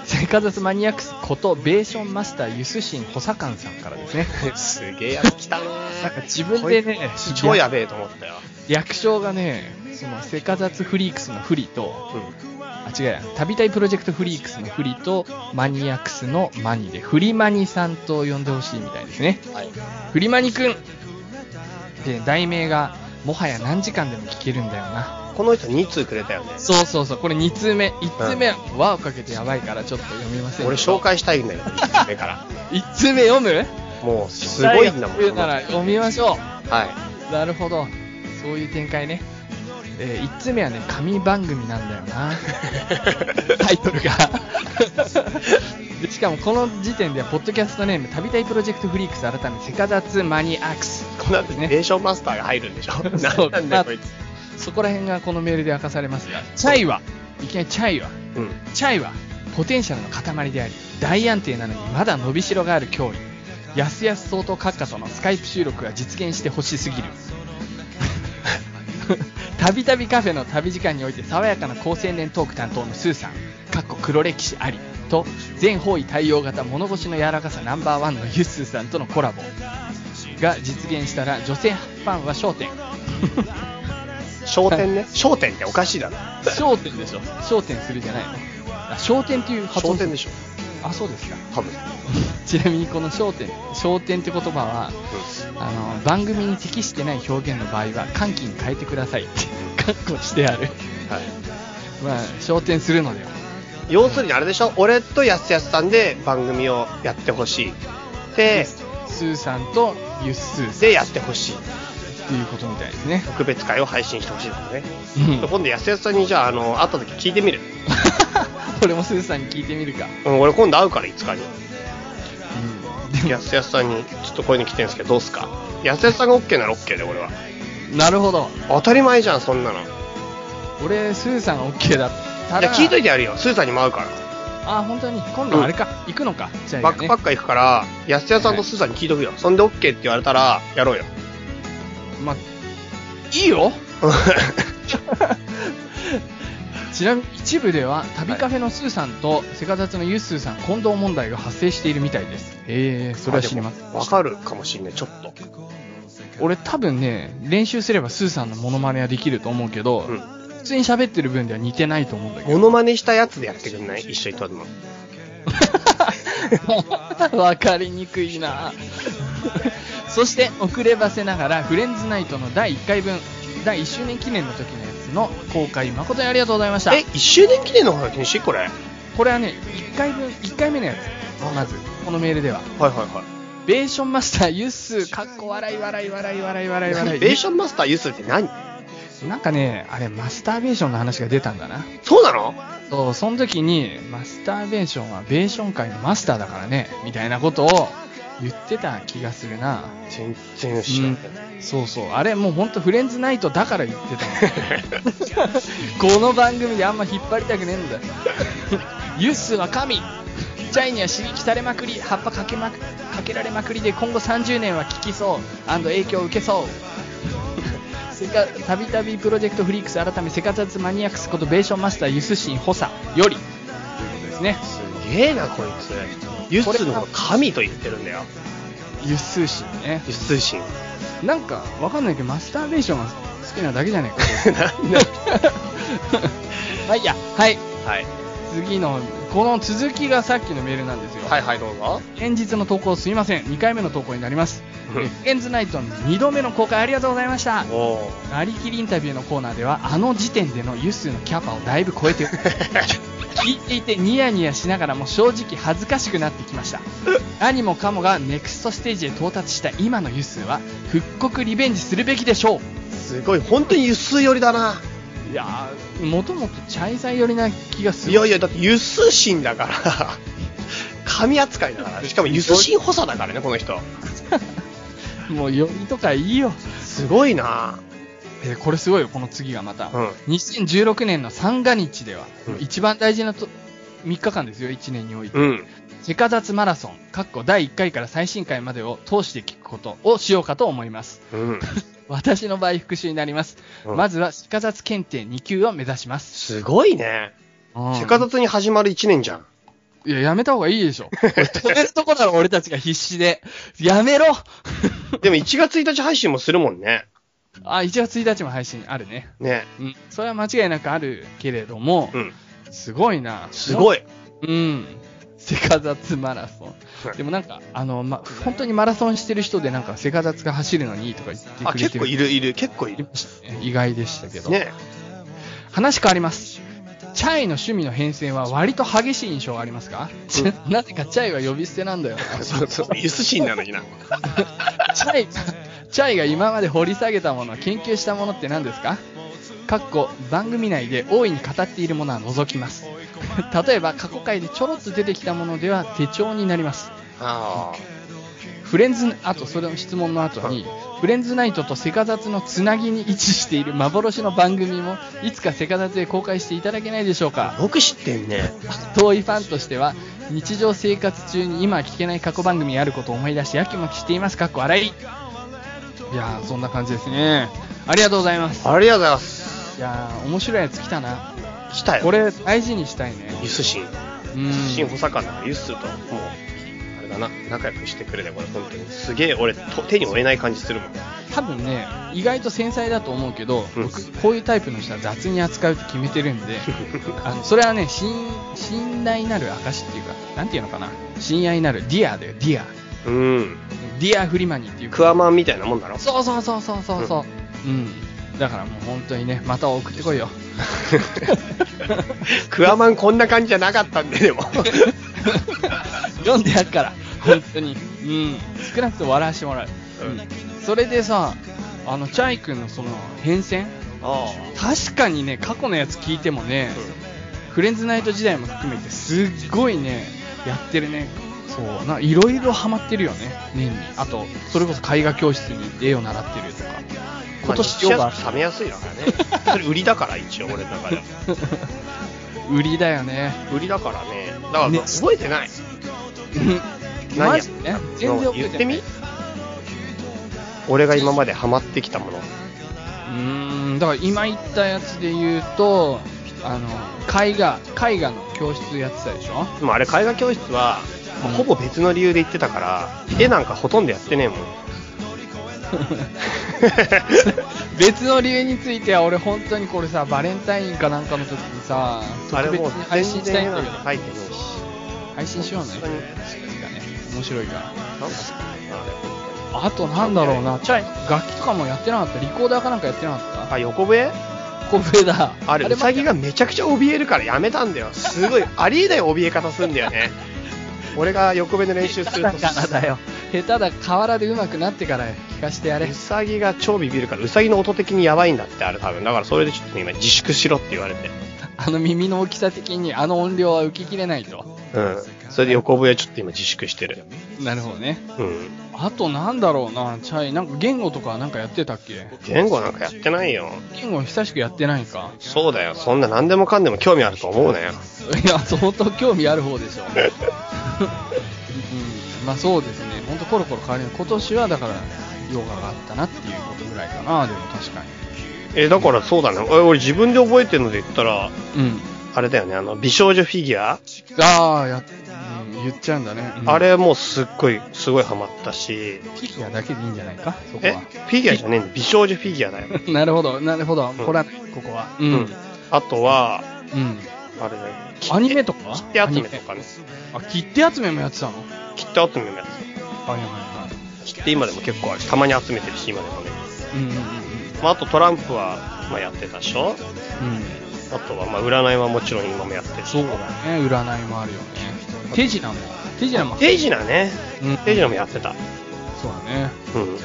セカザツマニアックスこと、ベーションマスター、ユスシン補佐官さんからですね。すげえやつ来たねなんか自分でね、超やべえと思ったよ。略称がね、そのセカザツフリークスのフリと、うん。あ、違うや、たびたびプロジェクトフリークスのフリと、マニアックスのマニで、フリマニさんと呼んでほしいみたいですね。はい。フリマニくんで、題名が、もはや何時間でも聞けるんだよな。この人2通くれたよね。そうそうそう、これ2通目。1通目は輪をかけてやばいからちょっと読みません。俺紹介したいんだよ、1目から。 1通目読むもう、すごいんだもん。読むなら読みましょはう。なるほど。そういう展開ね。え1通目はね、神番組なんだよ <laughs> な。タイトルが。 <laughs> でしかもこの時点では、ポッドキャストネーム、たびたびプロジェクトフリークス改め、セカダツマニアックス。い。この後にベーションマスターが入るんでしょそうなんだよ、こいつ。そこら辺がこのメールで明かされますが、チャイは、いきなりチャイは、うん。チャイはポテンシャルの塊であり大安定なのにまだ伸びしろがある脅威やすやす相当閣下とのスカイプ収録が実現してほしすぎる <laughs> たびたびカフェの旅時間において爽やかな高青年トーク担当のスーさんかっこ黒歴史ありと全方位対応型物腰の柔らかさナンバーワンのユッスーさんとのコラボが実現したら女性ファンは焦点焦点ね。焦点っておかしいだろ。焦点でしょ焦点するじゃないのあ焦点という発焦音点でしょ。あそうですか <laughs> 多分。ちなみにこの焦点、焦点って言葉は、あの、番組に適してない表現の場合は、歓喜に変えてくださいって、カッコしてある。はい。まあ、焦点するのでは。要するにあれでしょ俺とやすやすさんで番組をやってほしい。で、スーさんとユッスーさんでやってほしい。っていうことみたいです <laughs> ね。特別会を配信してほしいですね。うん。今度やすやすさんにじゃあ、あの、会った時聞いてみる。俺もスーさんに聞いてみるか。うん、俺今度会うから5日に。うん。でやすやすさんに、ちょっとこういうの来てるんですけど、どうすかやすやすさんが OK なら OK で、俺は。も、なるほど。当たり前じゃん、そんなの。じ俺、スーさん OK だ。たゃだあ聞いといてやるよ。スーさんにも会うから。あ、本当に。今度あれか。行くのか。じゃあ、バックパッカー行くから、やすやすさんとスーさんに聞いとくよ。そんで OK って言われたら、やろうよ。まあ、 <laughs> いい <laughs> よ。うちなみに一部では旅カフェのスーさんとセカザツのユッスーさん混同問題が発生しているみたいですええそれは知りませんんわかるかもしんない、ちょっと。俺多分ね練習すればスーさんのモノマネはできると思うけど、うん。普通に喋ってる分では似てないと思うんだけモノマネしたやつでやってくんない一緒に撮るの。ど <laughs> わかりにくいなそして遅ればせながらフレンズナイトの第1回分第1周年記念の時のやつの公開誠にありがとうございましたえ、1周年記念の方が禁止これ。はいこれはね1回分1回目のやつまずこのメールでははいはベーションマスターユッスー、かっこ笑い笑い笑い笑い笑い笑い。い。ベーションマスターユースって何なんかね、あれ、マスターベーションの話が出たんだな。そうなのそう、その時に、マスターベーションはベーション界のマスターだからね、みたいなことを言ってた気がするな。全然知らない。そうそう、あれもうほんとフレンズナイトだから言ってたのこの番組であんま引っ張りたくねえんだ。ユッスーは神ジャイには刺激されまくり、葉っぱかけ,、ま、かけられまくりで今後30年は効きそう、影響を受けそう。 <laughs> セカたびたびプロジェクトフリークス改めセカザツマニアックスことベーションマスターユスシン補佐よりということですねすげえな、こいつ。ユースのこと神と言ってるんだよ。ユスシンねユース神。なんか、わかんないけど、マスターベーションが好きなだけじゃねえか。はい、いや、はい。はい。次の、この続きがさっきのメールなんですよ。はいはい、どうぞ。先日の投稿すいません。2回目の投稿になります。えエンズナイトの2度目の公開ありがとうございました。おー。なりきりインタビューのコーナーではあの時点でのユスのキャパをだいぶ超えて <laughs> おり聞いていてニヤニヤしながらも正直恥ずかしくなってきました何もかもがネクストステージへ到達した今のユスは復刻リベンジするべきでしょすごい、本当にゆすい寄りだな。ういやーもともとチャイザイ寄りな気がすいるやいや、だってゆすしんだから、 <laughs> 神扱いだから、しかもゆすしん補佐だからね、この人。もう寄りとかいいよ、すごいな。えーこれすごいよこの次がまた、うん。 2016年の三が日では、うん一番大事なと3日間ですよ1年において、うん。セカダツマラソン、かっこ第1回から最新回までを通して聞くことをしようかと思います。うん。私の場合復習になります。うんまずはセカダツ検定2級を目指します。すごいね。セカダツに始まる1年じゃん。いや、やめた方がいいで <laughs> しょ。これ止めるとこだろ、俺たちが必死で。やめろ <laughs> でも1月1日配信もするもんね。あ、1月1日も配信あるね。ね。うん。それは間違いなくあるけれども、うん。すごいな。すごい。い。うん。セカダツマラソン。でもなんか、あの、ま、本当にマラソンしてる人でなんかセカダツが走るのにいいとか言ってくれてる。あ、結構いるいる、結構いる。意外でしたけど、ね。話変わりますチャイの趣味の変遷は割と激しい印象はありますか、 <laughs> なぜかチャイは呼び捨てなんだよ <laughs> そうそう、ゆすしんなのにな。チャイチャイが今まで掘り下げたもの研究したものって何ですかかっこ番組内で大いに語っているものは除きます <laughs> 例えば過去回でちょろっと出てきたものでは手帳になりますあフレンズ、あとそれの質問の後に、フレンズナイトとセカザツのつなぎに位置している幻の番組も、いつかセカザツで公開していただけないでしょうあ。か。よく知ってんね。遠いファンとしては、日常生活中に今聞けない過去番組があることを思い出してやきもきしています。かっこ笑い。いやー、そんな感じですね。ありがとうございます。ありがとうございます。いやー、面白いやつ来たな。来たよ。これ、大事にしたいね。ゆすしん。うゆすしんん補。佐官だから、ゆすと、もう、あれだな、仲良くしてくれね、これ、本当に。すげえ、俺、と手に負えない感じするもん。多分ね、意外と繊細だと思うけど、うん僕、こういうタイプの人は雑に扱うって決めてるん <laughs> で、あのそれはね信信頼なる証っていうかなんていうのかな親愛なるディアだよディアうん。ディアフリマニっていうクワマンみたいなもんだろ。そうそうそうそうそうそううんだからもう本当にねまた送ってこい <laughs> よクワマンこんな感じじゃなかったんで、でも。読んでやっから本当にうん少なくとも笑わせてもらう、うん、それでさあのチャイ君のその変遷あ確かにね過去のやつ聞いてもね、フレンズナイト時代も含めてすっごいねやってるねそうないろいろハマってるよね年にあとそれこそ絵画教室に行って絵を習ってるとか今年ヨガまあ日足冷めやすいだからね。それ売りだから、一応、俺の中では。 <laughs> 売りだよね売りだからね。だから、ね覚えてない。 <laughs> 何やマジでね全然覚えてな言いってみ俺が今までハマってきたもの。うーんだから今言ったやつで言うとあの絵画絵画の教室やってたでしょでもあれ絵画教室は、うんほぼ別の理由で行ってたから絵なんかほとんどやってねえもん <laughs> 別の理由については俺本当にこれさバレンタインかなんかの時にさあ特れ別もうに配信全した然い絵んなだんけかど描いてねえし配信しようね本当にいつかね面白いからなんだああとなんだろうなチャイ楽器とかもやってなかったリコーダーかなんかやってなかっれあ横笛たコ笛だあれもウサギがめちゃくちゃ怯えるからやめたんだよすごいありえない怯え方すんだよね俺が横笛の練習するとよ下手だ河原で上手くなってから聞かしてやれウサギが超ビビるからウサギの音的にやばいんだってあれ多分だからそれでちょっとね今自粛しろって言われてあの耳の大きさ的にあの音量は受けきれないとうんそれで横笛ちょっと今自粛してるなるほどねうんあとなんだろうなチャイなんか言語とかなんかやってたっけ言語なんかやってないよ言語久しくやってないかそうだよ、そんな何でもかんでも興味あると思うなよ。いや相当興味ある方で <laughs> しょうんまあそうですね本当コロコロ変わりない今年はだからヨガがあったなっていうことぐらいかなでも確かえ、だからそうだね、俺俺自分で覚えてるので言ったら、にうんあれだよね、あの、美少女フィギュアああやっ、うん言っちゃうんだね。うんあれはもうすっごい、すごいハマったし、フィギュアだけでいいんじゃないかそこえは。フィギュアじゃねえんだ美少女フィギュアだよ。 <laughs> なるほど、なるほど。んこれは、ここは。う。うんあとは、うん。あれだよ。アニメとか切手集めとかね。あ、切手集めもやってたのはい切手集めのはいやはつ。切手今でも結構ある。たまに集めてるし、今でもね。い。うんうんまあ、あとトランプは、まあ、やってたでしょうん。うん。あとは、まあ、占いはもちろん今もやってるそうだね。占いもあるよね。手品も。手品も。手品ね。うん手品もやってた。そうだ <laughs> ね。うん。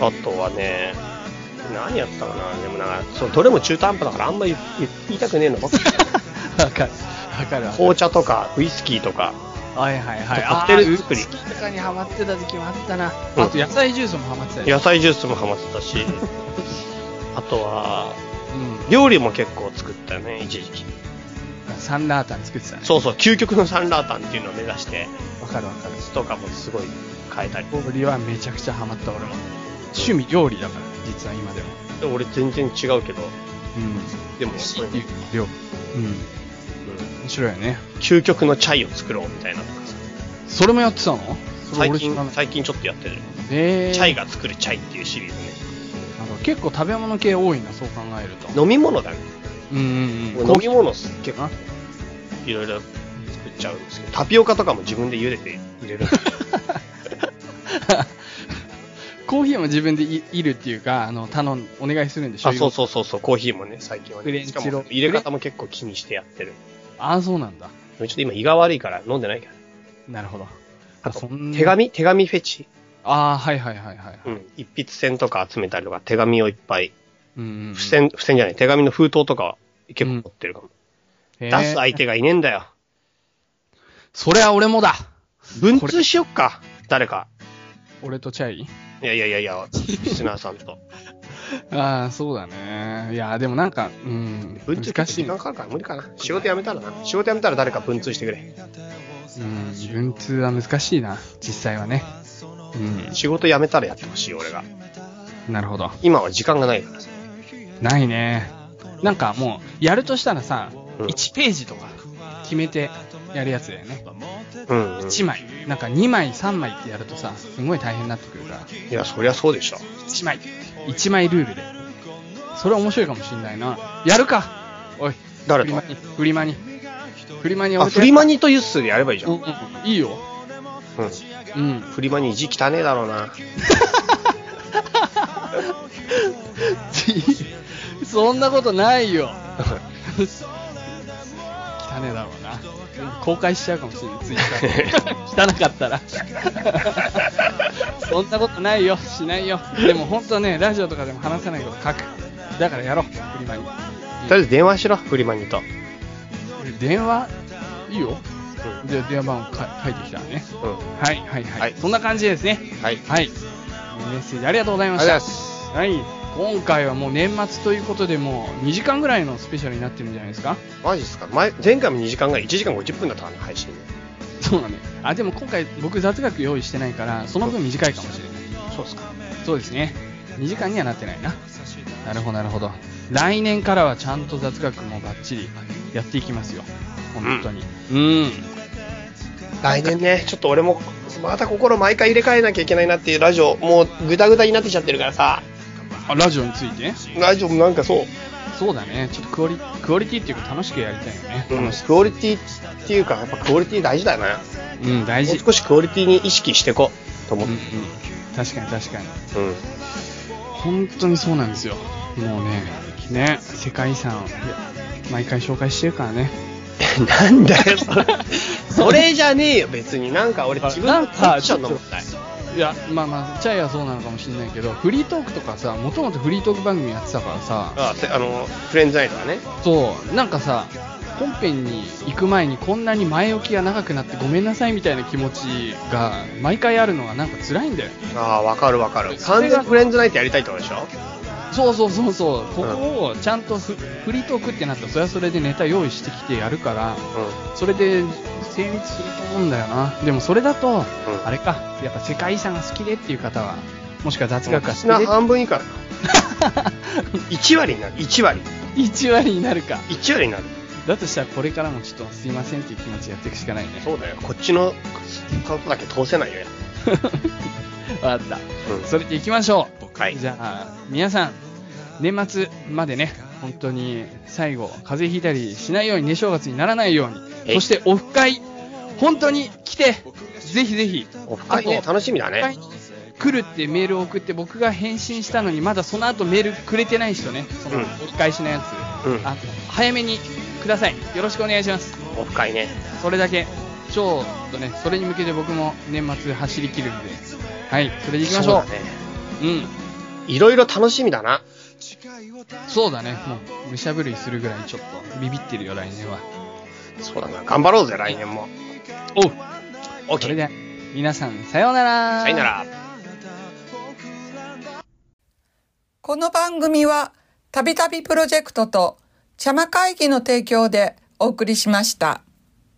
あとはね、何やったかなでもなんか、そのどれも中途半端だからあんまり言言いたくね <laughs> えの。わかる。わかるわかる。紅茶とか、ウイスキーとか。はいはいはい。カクテル作りあーウイスキーとかにハマってた時期もあったな。うんあと野菜ジュースもハマってたよ。野菜ジュースもハマってたし、あとは、うん。料理も結構作ったよね、一時期。サンラータン作ってたね。そうそう、究極のサンラータンっていうのを目指して、う。わかるわかる。とかもすごい変えたり。料理はめちゃくちゃハマった俺も。趣味料理だから、実は今でも。で俺全然違うけど、うん。でも、これね料理。うん。う面白いよね。ん究極のチャイを作ろうみたいなとかさそれもやってたのそれ最俺知ら近、ない。最近ちょっとやってる。えー、チャイが作るチャイっていうシリーズね。なんか結構食べ物系多いな、そう考えると。飲み物だね。うんうんうん。飲み物すっげえあいろいろ作っちゃうんですけど、タピオカとかも自分で茹でて入れ <laughs> る。 <laughs> コーヒーも自分でいいるっていうか、あの、頼ん、お願いするんでしょあ、そうそうそうそう、コーヒーもね、最近はフレね。ンしチかロも入れ方も結構気にしてやってる。ああ、そうなんだ。ちょっと今胃が悪いから飲んでないから。なるほど。あとそん、な手紙、手紙フェチ。ああ、はいはいはいはい。うん。一筆線とか集めたりとか、手紙をいっぱい。うんうんうん。付箋、付箋じゃない、手紙の封筒とかは結構持ってるかも。出出す相手がいねえんだよ。それは俺もだ文通しよっか、誰か。俺とチャイいやいやいやいや、リスナーさんと。 <laughs> ああ、そうだね。いや、でもなんか、うん、文通難し時い間な。かかるから無理かな。仕事辞めたらな。仕事辞めたら誰か文通してくれ。うん、文通は難しいな、実際はね。う仕事辞めたらやってほしい、俺が。ん、なるほど。今は時間がないからさ。ないね。なんかもう、やるとしたらさ、うん1ページとか決めてやるやつだよね。うん、うん。 1枚。なんか2枚、3枚ってやるとさ、すごい大変になってくるから、いや、そりゃそうでしょ。 1枚。1枚ルールで。それ面白いかもしんないな。やるかおい。誰フリとマに。フリマに。フリマにあ、俺とフリマニとユッスーでやればいいじゃん。ううんうんうんいいよ。ん。うん。フリマニ字汚ねえだろうな。 <laughs> そんなことないよ。汚ねえだろうな。公開しちゃうかもしれない、ツイッターで汚かったら。 <laughs> そんなことないよ、しないよ。でも本当ね、ラジオとかでも話さないこと書く。だからやろう、フリマに。とりあえず電話しろ、フリマニと。電話いいよ。じゃあ電話番号か書いてきたらね。うん。うん。はい、はい、はい。はいそんな感じですね。はい。ありがとうはい。メッセージありがとうございまござしたいま。す。はい、今回はもう年末ということで、もう2時間ぐらいのスペシャルになってるんじゃないですか。マジっすか前前回も2時間ぐらい、1時間50分だったかな、配信。そうなんだよ。あ、でも今回僕雑学用意してないから、その分短いかもしれない。そうっすか。そうですね。2時間にはなってないな。なるほど、なるほど。来年からはちゃんと雑学もバッチリやっていきますよ。本当に。うん。来年ね、ちょっと俺も、また心毎回入れ替えなきゃいけないなっていうラジオ、もうグダグダになってきちゃってるからさ、あ、ラジオについてラジオもなんかそう、そうだね。ちょっとクオリクオリティっていうか楽しくやりたいよね。うん楽し、クオリティっていうか、やっぱクオリティ大事だよな。く。うん、大もう事。少しクオリティに意識してこうとう思ん、っうんて。。確かに確かに。うん。 <laughs> 本当にそうなんですよもうねね世界遺産毎回紹介してるからねなんだよ、それ。それじゃねえよ、別に。なんか俺自分なのんテかンションの問題。いやまあまあチャイはそうなのかもしれないけどフリートークとかさもともとフリートーク番組やってたからさあ、せあの、フレンズアイドはね。そうなんかさ本編に行く前にこんなに前置きが長くなってごめんなさいみたいな気持ちが毎回あるのがなんか辛いんだよああ、わかるわかる。そ完れが全フレンズナイトやりたいってことでしょそうそうそうそうここをちゃんとフフリートークってなったらそれはそれでネタ用意してきてやるからうそれで成立すると思うんだよなでもそれだと、んあれかやっぱ世界遺産が好きでっていう方はもしくは雑ん。なん学かが好き砂で <laughs> 半分以下だ。1割になる、1割。 1割になるか1割になる。だとしたらこれからもちょっとすいませんっていう気持ちでやっていくしかないね。そうだよ。こっちのことだけ通せないよ。 <laughs> わかった。うんそれで行きましょう。はいじゃあ、皆さん、年末までね、本当に最後、風邪ひいたりしないように、ね、正月にならないようえに、そいしてオフ会、本当に来て、ぜひぜひ、オフ会ねあ、と楽しみだオフ会ね。に来るってメールを送って、僕が返信したのに、まだその後メールくれてない人ね、そのうん折り返しのやつ、うんあ早めにください。よろしくお願いします。オフ会ね。それだけ。ちょっとね、それに向けて僕も年末走り切るんで、はい、それで行きましょそうだね。う。うん。いろいろ楽しみだな。そうだね、もう、武者震いするぐらいちょっと、ビビってるよ、来年は。そうだな。頑張ろうぜ、来年も。おう、 OK。それで、皆さん、さようなら。さよな。ら。この番組は、たびたびプロジェクトと、茶間会議の提供でお送りしました。